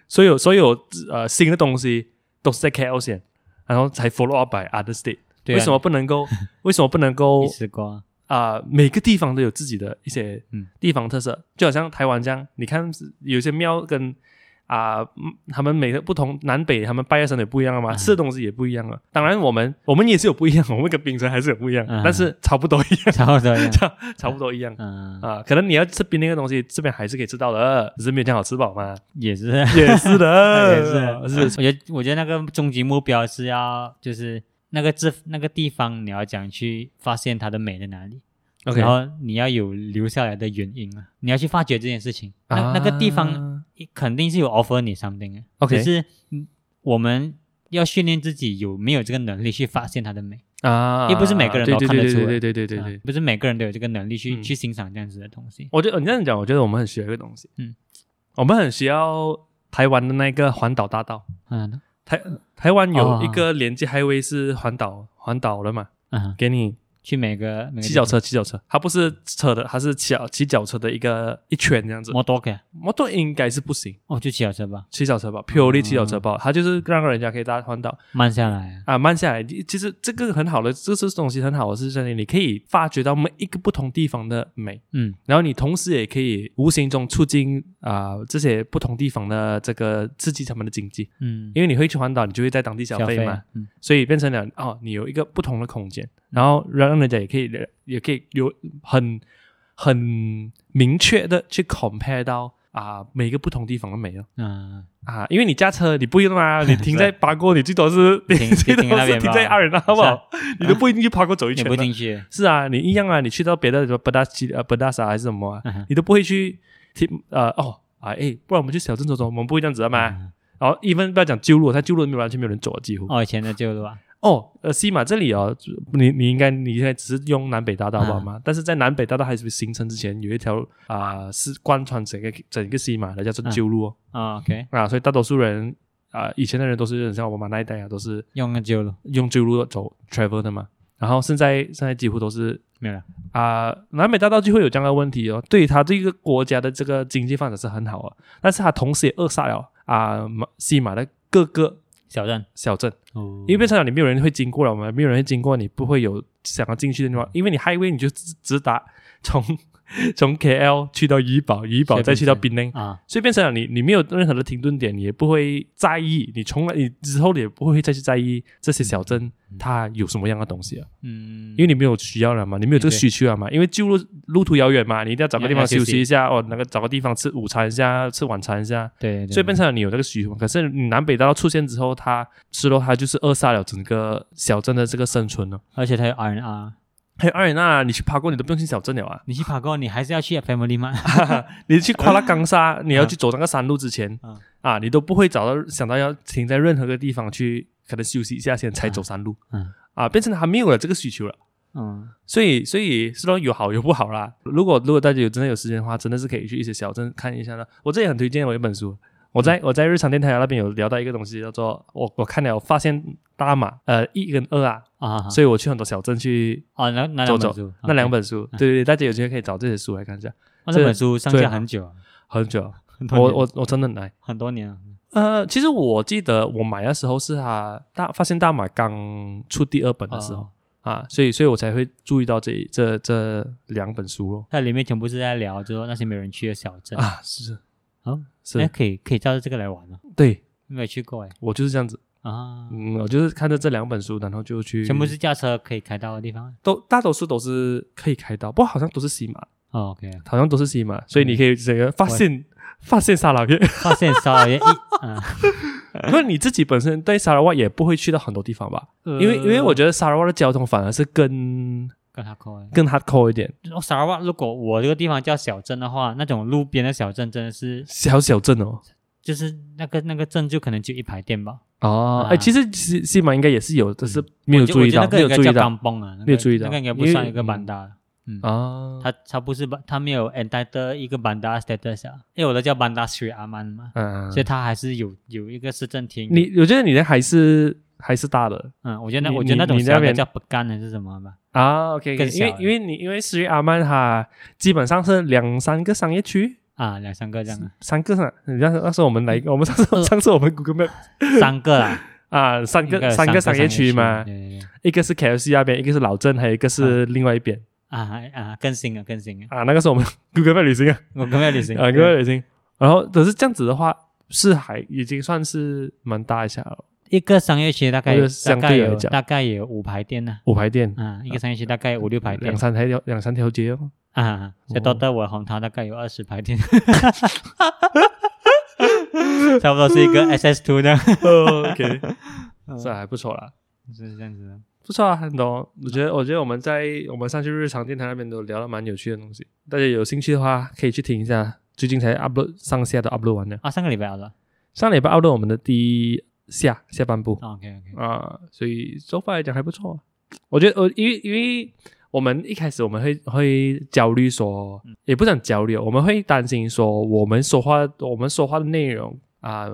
[SPEAKER 1] 所有所有呃新的东西都是在 KL 先，然后才 follow up by other state。
[SPEAKER 2] 对啊
[SPEAKER 1] 为什么不能
[SPEAKER 2] *laughs*
[SPEAKER 1] 够？为什么不能够
[SPEAKER 2] 你吃过
[SPEAKER 1] 啊、每个地方都有自己的一些
[SPEAKER 2] 嗯
[SPEAKER 1] 地方特色，就好像台湾这样，你看有些庙跟啊、嗯他们每个不同南北，他们拜的神也不一样了嘛，吃的东西也不一样了。当然，我们我们也是有不一样，我们跟槟城还是有不一样，
[SPEAKER 2] 嗯
[SPEAKER 1] 但是差不多一样，
[SPEAKER 2] 差不多一样。
[SPEAKER 1] *laughs* 差不多一样。
[SPEAKER 2] 嗯，
[SPEAKER 1] 啊，可能你要吃冰那个东西，这边还是可以吃到的，只是没有这样好吃饱
[SPEAKER 2] *laughs*
[SPEAKER 1] 嘛。
[SPEAKER 2] 也是，啊
[SPEAKER 1] 也是
[SPEAKER 2] 也
[SPEAKER 1] 呃的，
[SPEAKER 2] 是，我觉得我觉得那个终极目标是要就是那个这那个地方你要讲去发现它的美在哪里
[SPEAKER 1] OK
[SPEAKER 2] 然后你要有留下来的原因啊，你要去发掘这件事情。那、那个地方
[SPEAKER 1] 啊
[SPEAKER 2] 肯定是有 offer 你 something 的
[SPEAKER 1] OK
[SPEAKER 2] 只是嗯我们要训练自己有没有这个能力去发现它的美，
[SPEAKER 1] 啊，
[SPEAKER 2] 也不是每个人都
[SPEAKER 1] 对
[SPEAKER 2] 看得出来
[SPEAKER 1] 对对对对对对对
[SPEAKER 2] 啊不是每个人都有这个能力去、
[SPEAKER 1] 嗯
[SPEAKER 2] 去欣赏这样子的东西。
[SPEAKER 1] 我觉得你这样讲，我觉得我们很需要一个东西，
[SPEAKER 2] 嗯，
[SPEAKER 1] 我们很需要台湾的那个环岛大道。
[SPEAKER 2] 嗯
[SPEAKER 1] 台台湾有
[SPEAKER 2] 哦
[SPEAKER 1] 一个连接 highway 是环岛环岛的嘛，
[SPEAKER 2] 嗯，
[SPEAKER 1] 给你
[SPEAKER 2] 去每个每个
[SPEAKER 1] 骑脚车骑脚车，它不是车的，它是骑脚骑脚车的一个一圈这样子。
[SPEAKER 2] 摩托车，
[SPEAKER 1] 摩托应该是不行，
[SPEAKER 2] 哦，就骑脚车吧，
[SPEAKER 1] 骑脚车吧，purely
[SPEAKER 2] 嗯
[SPEAKER 1] 骑脚车吧，它就是让人家可以搭环岛
[SPEAKER 2] 慢下来啊。
[SPEAKER 1] 啊，慢下来。其实这个很好的，这这东西很好的是在于你可以发掘到每一个不同地方的美。
[SPEAKER 2] 嗯
[SPEAKER 1] 然后你同时也可以无形中促进啊、这些不同地方的这个刺激他们的经济，
[SPEAKER 2] 嗯，
[SPEAKER 1] 因为你会去环岛，你就会在当地消
[SPEAKER 2] 消
[SPEAKER 1] 费嘛，
[SPEAKER 2] 费，嗯
[SPEAKER 1] 所以变成了哦，你有一个不同的空间，然后让人家也可以也可以有很很明确的去 compare 到啊、每个不同地方的美哦。
[SPEAKER 2] 嗯，
[SPEAKER 1] 啊，因为你驾车你不用啊，你停在八哥，你最多是你
[SPEAKER 2] 停
[SPEAKER 1] 最多
[SPEAKER 2] 停那
[SPEAKER 1] 是
[SPEAKER 2] 边吧
[SPEAKER 1] 停在阿人那，啊好不好？你都不一定去八哥走一
[SPEAKER 2] 也
[SPEAKER 1] 圈
[SPEAKER 2] 不
[SPEAKER 1] 的。*laughs*
[SPEAKER 2] 进去，
[SPEAKER 1] 是啊，你一样啊，你去到别的什么布达奇呃布达萨还是什么啊，
[SPEAKER 2] 嗯哼
[SPEAKER 1] 你都不会去听呃哦啊哎，不然我们去小镇走走，我们不会这样子的嘛。
[SPEAKER 2] 嗯
[SPEAKER 1] 然后一分不要讲旧路，它旧路没有完全没有人走啊，几乎。哦
[SPEAKER 2] 哦，以前的旧路啊，
[SPEAKER 1] 呃，西马这里哦，你你应该你现在只是用南北大道吧嘛，但是在南北大道还是形成之前，有一条啊、是贯穿整个整个西马的，叫做旧路哦、
[SPEAKER 2] 啊，OK，
[SPEAKER 1] 啊，所以大多数人啊、以前的人都是很像我妈妈那一代啊，都是
[SPEAKER 2] 用了旧路
[SPEAKER 1] 用旧路走 travel 的嘛。然后现在现在几乎都是
[SPEAKER 2] 没有了，
[SPEAKER 1] 啊、南美大道就会有这样的问题哦，对它这个国家的这个经济发展是很好啊，但是它同时也扼杀了啊、马西马的各个
[SPEAKER 2] 小镇，
[SPEAKER 1] 小镇，
[SPEAKER 2] 哦
[SPEAKER 1] 因为变成了你没有人会经过了嘛，没有人会经过，你不会有想要进去的地方，因为你 highway 你就直直达从 *laughs* 从 KL 去到怡保，怡保
[SPEAKER 2] 随便
[SPEAKER 1] 再去到
[SPEAKER 2] 去
[SPEAKER 1] 槟城。
[SPEAKER 2] 啊，
[SPEAKER 1] 所以变成了你，你没有任何的停顿点，你也不会在意，你从来你之后也不会再去在意这些小镇它有什么样的东西啊。
[SPEAKER 2] 嗯，
[SPEAKER 1] 因为你没有需要了嘛，你没有这个
[SPEAKER 2] 对
[SPEAKER 1] 需求啊了嘛，因为就路路途遥远嘛，你一定要找个
[SPEAKER 2] 要
[SPEAKER 1] 地方
[SPEAKER 2] 要休
[SPEAKER 1] 休
[SPEAKER 2] 息
[SPEAKER 1] 息一下哦，那个找个地方吃午餐一下，吃晚餐一下，
[SPEAKER 2] 对，对
[SPEAKER 1] 所以变成了你有这个需求嘛。可是你南北大道出现之后，它吃了它就是扼杀了整个小镇的这个生存了。
[SPEAKER 2] 而且它有 R&R，
[SPEAKER 1] 还有二人那，你去爬过你都不用去小镇了啊，
[SPEAKER 2] 你去爬过，你还是要去 Family 吗？
[SPEAKER 1] *laughs* 你去夸拉冈
[SPEAKER 2] 啊
[SPEAKER 1] 沙，你要去走那个山路之前
[SPEAKER 2] 嗯
[SPEAKER 1] 啊，你都不会找到想到要停在任何个地方去，可能休息一下先才走山路
[SPEAKER 2] 嗯
[SPEAKER 1] 啊，变成了还没有了这个需求了。
[SPEAKER 2] 嗯，
[SPEAKER 1] 所以，所以是说有好有不好啦。如果如果大家有真的有时间的话，真的是可以去一些小镇看一下的。我这也很推荐我一本书，我
[SPEAKER 2] 嗯
[SPEAKER 1] 在我在日常电台那边有聊到一个东西，叫做我我看了我发现大马呃一跟二啊，
[SPEAKER 2] 啊啊，
[SPEAKER 1] 所以我去很多小镇去
[SPEAKER 2] 啊哦，那那
[SPEAKER 1] 走
[SPEAKER 2] 两
[SPEAKER 1] 走
[SPEAKER 2] 本书，
[SPEAKER 1] 那两
[SPEAKER 2] OK，嗯
[SPEAKER 1] 本书。对对对，大家有机会可以找这些书来看一下。
[SPEAKER 2] 哦那本书上
[SPEAKER 1] 对
[SPEAKER 2] 架很久啊，
[SPEAKER 1] 很久了，
[SPEAKER 2] 很多
[SPEAKER 1] 我
[SPEAKER 2] 年
[SPEAKER 1] 我我真的很爱。
[SPEAKER 2] 很多年了，
[SPEAKER 1] 呃，其实我记得我买的时候是他大发现大马刚出第二本的时候、
[SPEAKER 2] 哦
[SPEAKER 1] 啊，所以所以我才会注意到这这这两本书咯。
[SPEAKER 2] 它里面全部是在聊，就是说那些没人去的小镇，
[SPEAKER 1] 啊，是
[SPEAKER 2] 哦，
[SPEAKER 1] 是
[SPEAKER 2] 哎，可以可以照着这个来玩啊，
[SPEAKER 1] 对
[SPEAKER 2] 没有去过哎，
[SPEAKER 1] 我就是这样子，
[SPEAKER 2] 啊，
[SPEAKER 1] 嗯，我就是看着这两本书，然后就去，
[SPEAKER 2] 全部是驾车可以开到的地方
[SPEAKER 1] 都大多数都是可以开到，不过好像都是西马，
[SPEAKER 2] 哦，OK，
[SPEAKER 1] *laughs* 好像都是西马，所以
[SPEAKER 2] 嗯
[SPEAKER 1] 你可以整个发现发现沙拉越， *laughs*
[SPEAKER 2] 发现骚扰也一，嗯，
[SPEAKER 1] 因为你自己本身对沙拉瓦也不会去到很多地方吧， *laughs* 因为因为
[SPEAKER 2] 呃
[SPEAKER 1] 我觉得沙拉瓦的交通反而是更
[SPEAKER 2] 跟他扣哎。
[SPEAKER 1] 更 hardcore 一点，
[SPEAKER 2] 哦，沙拉瓦，如果我这个地方叫小镇的话，那种路边的小镇真的是，
[SPEAKER 1] 小小镇哦。
[SPEAKER 2] 就是那个那个镇就可能就一排店吧。
[SPEAKER 1] 哦，哎、
[SPEAKER 2] 啊嗯
[SPEAKER 1] 其实西西马应该也是有，只是没有
[SPEAKER 2] 我觉
[SPEAKER 1] 注意到
[SPEAKER 2] 我，觉
[SPEAKER 1] 没
[SPEAKER 2] 得那
[SPEAKER 1] 有
[SPEAKER 2] 个
[SPEAKER 1] 注
[SPEAKER 2] 应
[SPEAKER 1] 意
[SPEAKER 2] 该叫
[SPEAKER 1] 到
[SPEAKER 2] 钢崩啊，那个
[SPEAKER 1] 没有注意到
[SPEAKER 2] 那个应该不
[SPEAKER 1] 因为
[SPEAKER 2] 算一个班达的。嗯，
[SPEAKER 1] 啊，
[SPEAKER 2] 他他不是班，他没有 entitled 一个班达 status 啊，因为我的叫班达 Sri Aman 嘛，
[SPEAKER 1] 嗯
[SPEAKER 2] 所以，他还是有有一个市政厅。
[SPEAKER 1] 你我觉得你的还是还是大的，
[SPEAKER 2] 嗯，我觉得那
[SPEAKER 1] 你
[SPEAKER 2] 我觉得那种
[SPEAKER 1] 你你那
[SPEAKER 2] 小的
[SPEAKER 1] 边
[SPEAKER 2] 叫不干还是什么吧？
[SPEAKER 1] 啊，OK，,
[SPEAKER 2] 更
[SPEAKER 1] 因为
[SPEAKER 2] 小
[SPEAKER 1] 因为你因为十月阿曼哈基本上是两三个商业区，
[SPEAKER 2] 啊，两三个
[SPEAKER 1] *laughs*
[SPEAKER 2] 这样啊，
[SPEAKER 1] 三个上，你那时候那时候我们来，我们上次
[SPEAKER 2] 呃
[SPEAKER 1] 上次我们 Google Map
[SPEAKER 2] 三个啦，
[SPEAKER 1] 啊，三
[SPEAKER 2] 应该
[SPEAKER 1] 个
[SPEAKER 2] 有
[SPEAKER 1] 三
[SPEAKER 2] 个
[SPEAKER 1] 个商业区嘛，
[SPEAKER 2] 对对对
[SPEAKER 1] 一个是 KFC 那边，一个是老镇，还有一个是
[SPEAKER 2] 嗯
[SPEAKER 1] 另外一边
[SPEAKER 2] 啊啊，更新了更新了，
[SPEAKER 1] *laughs* 啊。那个时候我们 Google Map 旅行啊，
[SPEAKER 2] 我刚要旅行
[SPEAKER 1] 啊 Google Map 旅行，然后只是这样子的话，是还已经算是蛮大一下了，
[SPEAKER 2] 一个商业区大概
[SPEAKER 1] 我觉
[SPEAKER 2] 有
[SPEAKER 1] 得
[SPEAKER 2] 大
[SPEAKER 1] 相
[SPEAKER 2] 概
[SPEAKER 1] 对来
[SPEAKER 2] 有
[SPEAKER 1] 讲
[SPEAKER 2] 大概有五排店呢、
[SPEAKER 1] 五排店，
[SPEAKER 2] 啊，一个商业区大概有五六排店
[SPEAKER 1] 两三条两三条街哦。
[SPEAKER 2] 啊，所以
[SPEAKER 1] 哦
[SPEAKER 2] 到到我红桃大概有二
[SPEAKER 1] *laughs*
[SPEAKER 2] 十排店，差不多是一个 SS Two
[SPEAKER 1] *laughs*
[SPEAKER 2] 的，
[SPEAKER 1] OK，这还不错啦，
[SPEAKER 2] 就是这样子的。
[SPEAKER 1] 不错啊，很多。我觉得，我觉得我们在我们上去日常电台那边都聊了蛮有趣的东西，大家有兴趣的话可以去听一下。最近才 upload 上下都 upload 完了，
[SPEAKER 2] 啊，上个礼拜好了
[SPEAKER 1] 上礼拜 upload 我们的第一下下半部
[SPEAKER 2] ，OK OK，
[SPEAKER 1] 啊、所以 so far 来讲还不错、啊。我觉得我因为因为我们一开始我们会会焦虑说，也不讲焦虑哦，我们会担心说我们说话我们说话的内容啊、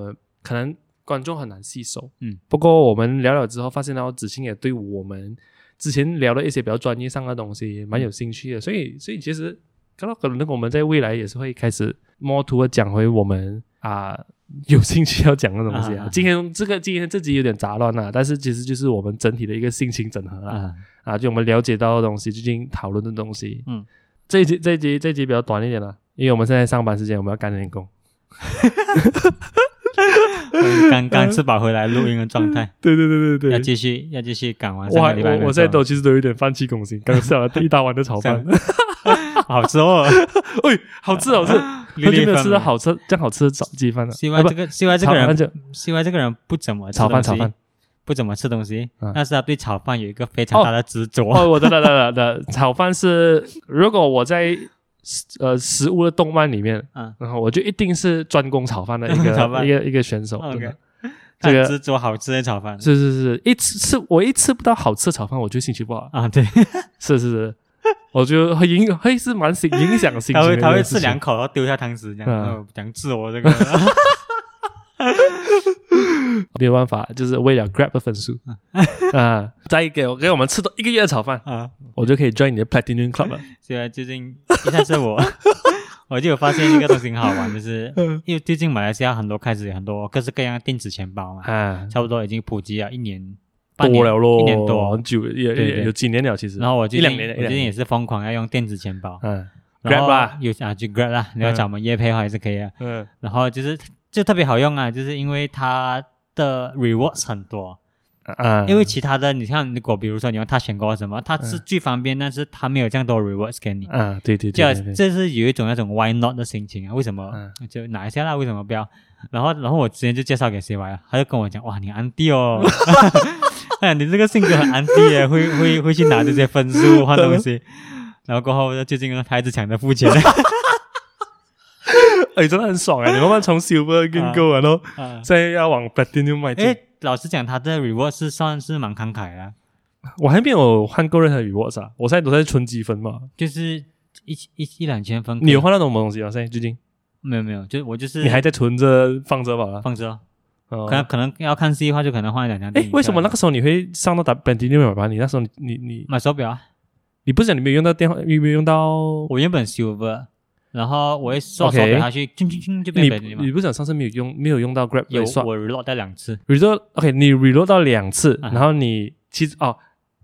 [SPEAKER 1] 可能观众很难吸收。
[SPEAKER 2] 嗯，
[SPEAKER 1] 不过我们聊了之后，发现到子欣也对我们之前聊的一些比较专业上的东西蛮有兴趣的，所以所以其实可能可能我们在未来也是会开始 more to 地讲回我们啊、有兴趣要讲的东西
[SPEAKER 2] 啊啊
[SPEAKER 1] 啊
[SPEAKER 2] 啊。
[SPEAKER 1] 今天这个今天这集有点杂乱啦、但是其实就是我们整体的一个心情整合啦。
[SPEAKER 2] 啊，
[SPEAKER 1] 啊，就我们了解到的东西，最近讨论的东西。
[SPEAKER 2] 嗯，
[SPEAKER 1] 这一集这一集这一集比较短一点了，因为我们现在上班时间，我们要赶点工。
[SPEAKER 2] 刚刚吃饱回来录音的状态，
[SPEAKER 1] 对对对对
[SPEAKER 2] 要继续要继续赶完
[SPEAKER 1] 我
[SPEAKER 2] 上
[SPEAKER 1] 还
[SPEAKER 2] 个礼拜的
[SPEAKER 1] 我
[SPEAKER 2] 工作。
[SPEAKER 1] 我现在都其实都有点放弃攻心，刚吃了一大碗的炒饭，
[SPEAKER 2] *laughs* 好吃哦，
[SPEAKER 1] *laughs* 哎，好吃好吃，
[SPEAKER 2] 六
[SPEAKER 1] 很久没
[SPEAKER 2] 粒
[SPEAKER 1] 有
[SPEAKER 2] 饭
[SPEAKER 1] 吃
[SPEAKER 2] 了 *laughs*
[SPEAKER 1] 到好吃这样好吃的炒鸡饭了。
[SPEAKER 2] C
[SPEAKER 1] 啊
[SPEAKER 2] Y
[SPEAKER 1] 不
[SPEAKER 2] 这个 C Y 这
[SPEAKER 1] 炒
[SPEAKER 2] 个
[SPEAKER 1] 很
[SPEAKER 2] 人
[SPEAKER 1] 久
[SPEAKER 2] C Y 这个人不怎么吃
[SPEAKER 1] 炒饭
[SPEAKER 2] 东西
[SPEAKER 1] 炒饭，
[SPEAKER 2] 不怎么吃东西
[SPEAKER 1] 嗯，
[SPEAKER 2] 但是他对炒饭有一个非常大的执着。 *laughs*
[SPEAKER 1] 哦，我知道知道知道，炒饭是如果我在呃食物的动漫里面，
[SPEAKER 2] 嗯
[SPEAKER 1] 然后我就一定是专攻炒饭的一
[SPEAKER 2] *laughs* 炒
[SPEAKER 1] 个
[SPEAKER 2] 饭
[SPEAKER 1] 一个一个选手。真
[SPEAKER 2] OK，
[SPEAKER 1] 的
[SPEAKER 2] 他
[SPEAKER 1] 这个
[SPEAKER 2] 执着好吃的炒饭
[SPEAKER 1] 是是是，一吃吃我一吃不到好吃的炒饭，我就心情不好。
[SPEAKER 2] 啊，对，
[SPEAKER 1] 是是是，我觉得会影会是蛮影影响心情
[SPEAKER 2] 他
[SPEAKER 1] 的一
[SPEAKER 2] 会
[SPEAKER 1] 件事情。
[SPEAKER 2] 他会吃两口，然后丢下汤匙，这样
[SPEAKER 1] 嗯
[SPEAKER 2] 哦讲吃我这个 *laughs*
[SPEAKER 1] 没有办法，就是为了 Grab 的分数
[SPEAKER 2] 嗯
[SPEAKER 1] *laughs* 啊！再给我给我们吃多一个月的炒饭，
[SPEAKER 2] 啊。
[SPEAKER 1] 我就可以 join 你的 Platinum Club 了。
[SPEAKER 2] 所以最近一开始我 *laughs* 我就有发现一个东西很好玩，就是
[SPEAKER 1] 嗯
[SPEAKER 2] 因为最近马来西亚很多开始有很多各式各样的电子钱包嘛，
[SPEAKER 1] 啊，
[SPEAKER 2] 差不多已经普及了一年半年
[SPEAKER 1] 多了咯，
[SPEAKER 2] 一年多
[SPEAKER 1] 很。久了，也
[SPEAKER 2] 对对
[SPEAKER 1] 也有几年了，其实。
[SPEAKER 2] 然后我
[SPEAKER 1] 一
[SPEAKER 2] 最
[SPEAKER 1] 两
[SPEAKER 2] 近
[SPEAKER 1] 年了，一
[SPEAKER 2] 我最
[SPEAKER 1] 两
[SPEAKER 2] 近
[SPEAKER 1] 年
[SPEAKER 2] 也是疯狂要用电子钱包，
[SPEAKER 1] 嗯
[SPEAKER 2] 然后
[SPEAKER 1] ，Grab 啦，
[SPEAKER 2] 有啊，就 Grab 啦，你要
[SPEAKER 1] 嗯
[SPEAKER 2] 找我们叶配的话也是可以啊。
[SPEAKER 1] 嗯
[SPEAKER 2] 然后就是就特别好用啊，就是因为它的 rewards 很多，
[SPEAKER 1] 啊，
[SPEAKER 2] 因为其他的你看，如果比如说你用 Touch and Go 什么，它是
[SPEAKER 1] 嗯
[SPEAKER 2] 最方便，但是它没有这样多 rewards 给你。
[SPEAKER 1] 啊，对对
[SPEAKER 2] 就
[SPEAKER 1] 对对对，
[SPEAKER 2] 这是有一种那种 why not 的心情啊，为什么、
[SPEAKER 1] 嗯
[SPEAKER 2] 就拿一下啦？为什么不要？然后，然后我之前就介绍给 CY，啊他就跟我讲，哇，你安迪
[SPEAKER 1] *laughs*
[SPEAKER 2] 哦， *laughs* 哎，你这个性格很安迪耶，会会会去拿这些分数换东西。然后过后，最近他一直抢着付
[SPEAKER 1] *laughs*
[SPEAKER 2] 钱， *laughs*
[SPEAKER 1] 哎，真的很爽啊！你慢慢从 Silver 跟
[SPEAKER 2] 啊
[SPEAKER 1] Gold，然后
[SPEAKER 2] 啊
[SPEAKER 1] 现在要往 Platinum 迈进
[SPEAKER 2] 诶，。哎老实讲，他的 reward 是算是蛮慷慨的，啊
[SPEAKER 1] 我还没有换过任何 rewards 啊，我现在都在存积分嘛。
[SPEAKER 2] 就是一一一两千分。
[SPEAKER 1] 你有换到什么东西吗？啊现在最近
[SPEAKER 2] 没有没有，就是我就是
[SPEAKER 1] 你还在存着放着吧？
[SPEAKER 2] 放着哦，
[SPEAKER 1] 哦
[SPEAKER 2] 可能可能要看 C 的话，就可能换两张电
[SPEAKER 1] 哎
[SPEAKER 2] 影，票。
[SPEAKER 1] 为什么那个时候你会上到打 Platinum 买吧？你那时候你你你
[SPEAKER 2] 买手表啊？
[SPEAKER 1] 你不是讲你没有用到电话，你没有用到？
[SPEAKER 2] 我原本 silver，然后我一刷
[SPEAKER 1] OK
[SPEAKER 2] 手表下去，叮叮叮就
[SPEAKER 1] 你
[SPEAKER 2] 变本领嘛
[SPEAKER 1] 你。不是讲上次没有用没有用到 Grab
[SPEAKER 2] 有
[SPEAKER 1] 来刷
[SPEAKER 2] 我 reload 掉两次，
[SPEAKER 1] reload OK，你 reload 到两次，
[SPEAKER 2] 啊
[SPEAKER 1] 然后你其实哦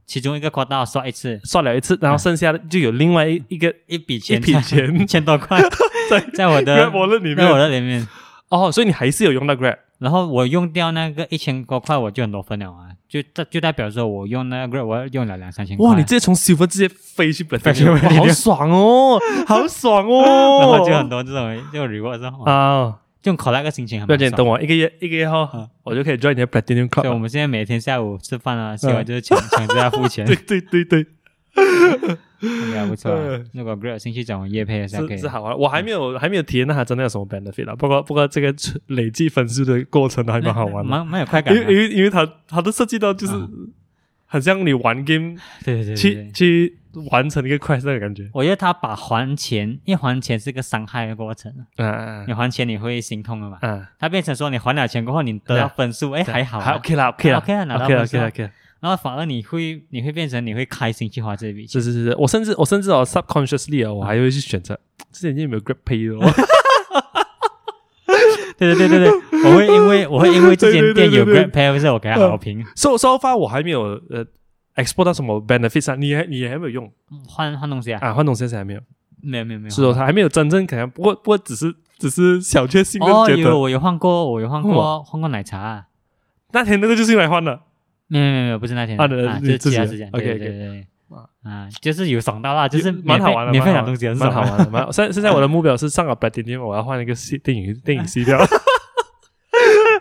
[SPEAKER 2] 其中一个夸大刷一次，
[SPEAKER 1] 刷了一次，然后剩下的就有另外一一个
[SPEAKER 2] 一笔
[SPEAKER 1] 一
[SPEAKER 2] 钱
[SPEAKER 1] 笔
[SPEAKER 2] 才一
[SPEAKER 1] 钱
[SPEAKER 2] *laughs* 千多块
[SPEAKER 1] *laughs* 在
[SPEAKER 2] 在我的
[SPEAKER 1] Grab wallet 里
[SPEAKER 2] 在我
[SPEAKER 1] 面
[SPEAKER 2] 的里面，
[SPEAKER 1] 哦，所以你还是有用到 Grab
[SPEAKER 2] 然后我用掉那个一千多块，我就很多分了啊，就代就代表说我用那个我用了两三千块。
[SPEAKER 1] 哇！你直接从 Silver 直接飞去 Platinum，哇
[SPEAKER 2] Platinum
[SPEAKER 1] 好爽哦，好爽哦！
[SPEAKER 2] 然后就很多这种就 reward 是吧 *laughs* 哇
[SPEAKER 1] 啊，
[SPEAKER 2] 这种 collect 的心情很
[SPEAKER 1] 不要紧，等
[SPEAKER 2] 我。
[SPEAKER 1] 我一个月一个月后
[SPEAKER 2] 嗯，
[SPEAKER 1] 我就可以 join 你的 Platinum *laughs*
[SPEAKER 2] 所以我
[SPEAKER 1] Club 了。
[SPEAKER 2] 们现在每天下午吃饭啊，吃完就是抢抢着要付
[SPEAKER 1] *laughs*
[SPEAKER 2] 钱
[SPEAKER 1] 对，对对对，
[SPEAKER 2] 应该不错啊
[SPEAKER 1] 嗯。
[SPEAKER 2] 如果 Grab 有兴趣找我叶配一下可
[SPEAKER 1] 是
[SPEAKER 2] 以
[SPEAKER 1] 是。好玩。我还没有还没有体验到它真的有什么 benefit 啊。不过不过这个累积分数的过程还蛮好玩的，
[SPEAKER 2] 蛮蛮有快感
[SPEAKER 1] 因
[SPEAKER 2] 的。
[SPEAKER 1] 为因为因为它它都涉及到就是很像你玩 game
[SPEAKER 2] 对对对对
[SPEAKER 1] 去
[SPEAKER 2] 对，
[SPEAKER 1] 去完成一个快乐的感觉。
[SPEAKER 2] 我觉得他把还钱，因为还钱是一个伤害的过程，啊
[SPEAKER 1] 嗯
[SPEAKER 2] 你还钱你会心痛的嘛。
[SPEAKER 1] 嗯，
[SPEAKER 2] 他变成说你还了钱过后，你得到分数，哎，还好
[SPEAKER 1] 还
[SPEAKER 2] 啊。
[SPEAKER 1] OK 啦 OK 啦
[SPEAKER 2] OK 啦拿到
[SPEAKER 1] OK 啦
[SPEAKER 2] 分数
[SPEAKER 1] OK 啦 OK 啦。
[SPEAKER 2] 然后反而你会你会变成你会开心去花这笔钱
[SPEAKER 1] 是。是是是，我甚至我甚至哦，subconsciously 啊，我还会去选择这点有没有 Grab Pay 的 *laughs* 哦。
[SPEAKER 2] 对对对对对，我会因
[SPEAKER 1] *laughs*
[SPEAKER 2] 为我会因为这间店
[SPEAKER 1] 对
[SPEAKER 2] 有
[SPEAKER 1] 对对嗯
[SPEAKER 2] Grab Pay，或者我给他好评，
[SPEAKER 1] so so far 我还没有呃 export 到什么 benefits 啊，你还你还没有用
[SPEAKER 2] 换换东西啊？
[SPEAKER 1] 啊，换东西还没有，哦
[SPEAKER 2] 没有没有没有，哦
[SPEAKER 1] 是说他还没有真正可能，不过不过只是只是小确幸的
[SPEAKER 2] 哦，
[SPEAKER 1] 觉得、哦
[SPEAKER 2] 有我有换过，我有换过换过奶茶啊，
[SPEAKER 1] 那天那个就是用来换的。
[SPEAKER 2] 没有没有没有，不是那天
[SPEAKER 1] 啊
[SPEAKER 2] 的，
[SPEAKER 1] 对
[SPEAKER 2] 啊
[SPEAKER 1] 你
[SPEAKER 2] 就是
[SPEAKER 1] 自己
[SPEAKER 2] 其他
[SPEAKER 1] 的
[SPEAKER 2] 时间。
[SPEAKER 1] OK，OK
[SPEAKER 2] 对对对，啊，就是有爽到啦，就是
[SPEAKER 1] 也蛮
[SPEAKER 2] 免费
[SPEAKER 1] 好玩的，
[SPEAKER 2] 免费
[SPEAKER 1] 蛮
[SPEAKER 2] 拿
[SPEAKER 1] 好
[SPEAKER 2] 东西很
[SPEAKER 1] 蛮
[SPEAKER 2] 爽
[SPEAKER 1] 好
[SPEAKER 2] 啊
[SPEAKER 1] 玩的。蛮好。 *laughs* 现现在我的目标是上了 Platinum，我要换一个系电影 *laughs* 电影系调。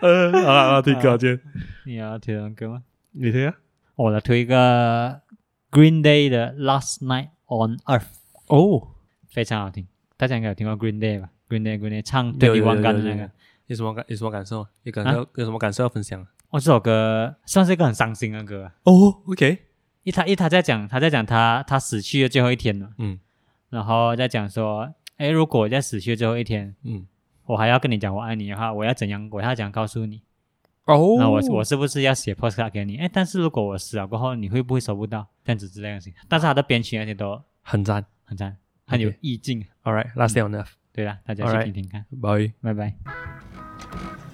[SPEAKER 1] 呃，好了，好了，听歌今天
[SPEAKER 2] *laughs* 你要推荐歌吗？
[SPEAKER 1] 你听啊。
[SPEAKER 2] 我来推一个 Green Day 的 Last Night on Earth，
[SPEAKER 1] 哦，
[SPEAKER 2] 非常好听。大家应该有听过 Green Day 吧？Green Day Green Day 唱
[SPEAKER 1] 有有
[SPEAKER 2] Twenty
[SPEAKER 1] 有
[SPEAKER 2] One
[SPEAKER 1] 有
[SPEAKER 2] Gun 的
[SPEAKER 1] 有
[SPEAKER 2] 那个。
[SPEAKER 1] 有什么感有什么感受？有感
[SPEAKER 2] 啊
[SPEAKER 1] 受有什么感受要分享？
[SPEAKER 2] 哦，这首歌算是一个很伤心的歌啊，
[SPEAKER 1] 哦，OK，
[SPEAKER 2] 因为他因为他在讲他在讲他他死去的最后一天了，
[SPEAKER 1] 嗯
[SPEAKER 2] 然后在讲说，哎，如果我在死去的最后一天，
[SPEAKER 1] 嗯，
[SPEAKER 2] 我还要跟你讲我爱你的话，我要怎样，我要怎样告诉你？
[SPEAKER 1] 哦
[SPEAKER 2] 那我我是不是要写 postcard 给你？哎，但是如果我死了过后，你会不会收不到？这样子之类的东西。但是它的编曲那些都
[SPEAKER 1] 很赞。
[SPEAKER 2] 很赞，很有意境。
[SPEAKER 1] All right，last day on earth，
[SPEAKER 2] 对啦，大家
[SPEAKER 1] Alright
[SPEAKER 2] 去听听看。
[SPEAKER 1] bye。
[SPEAKER 2] 拜拜。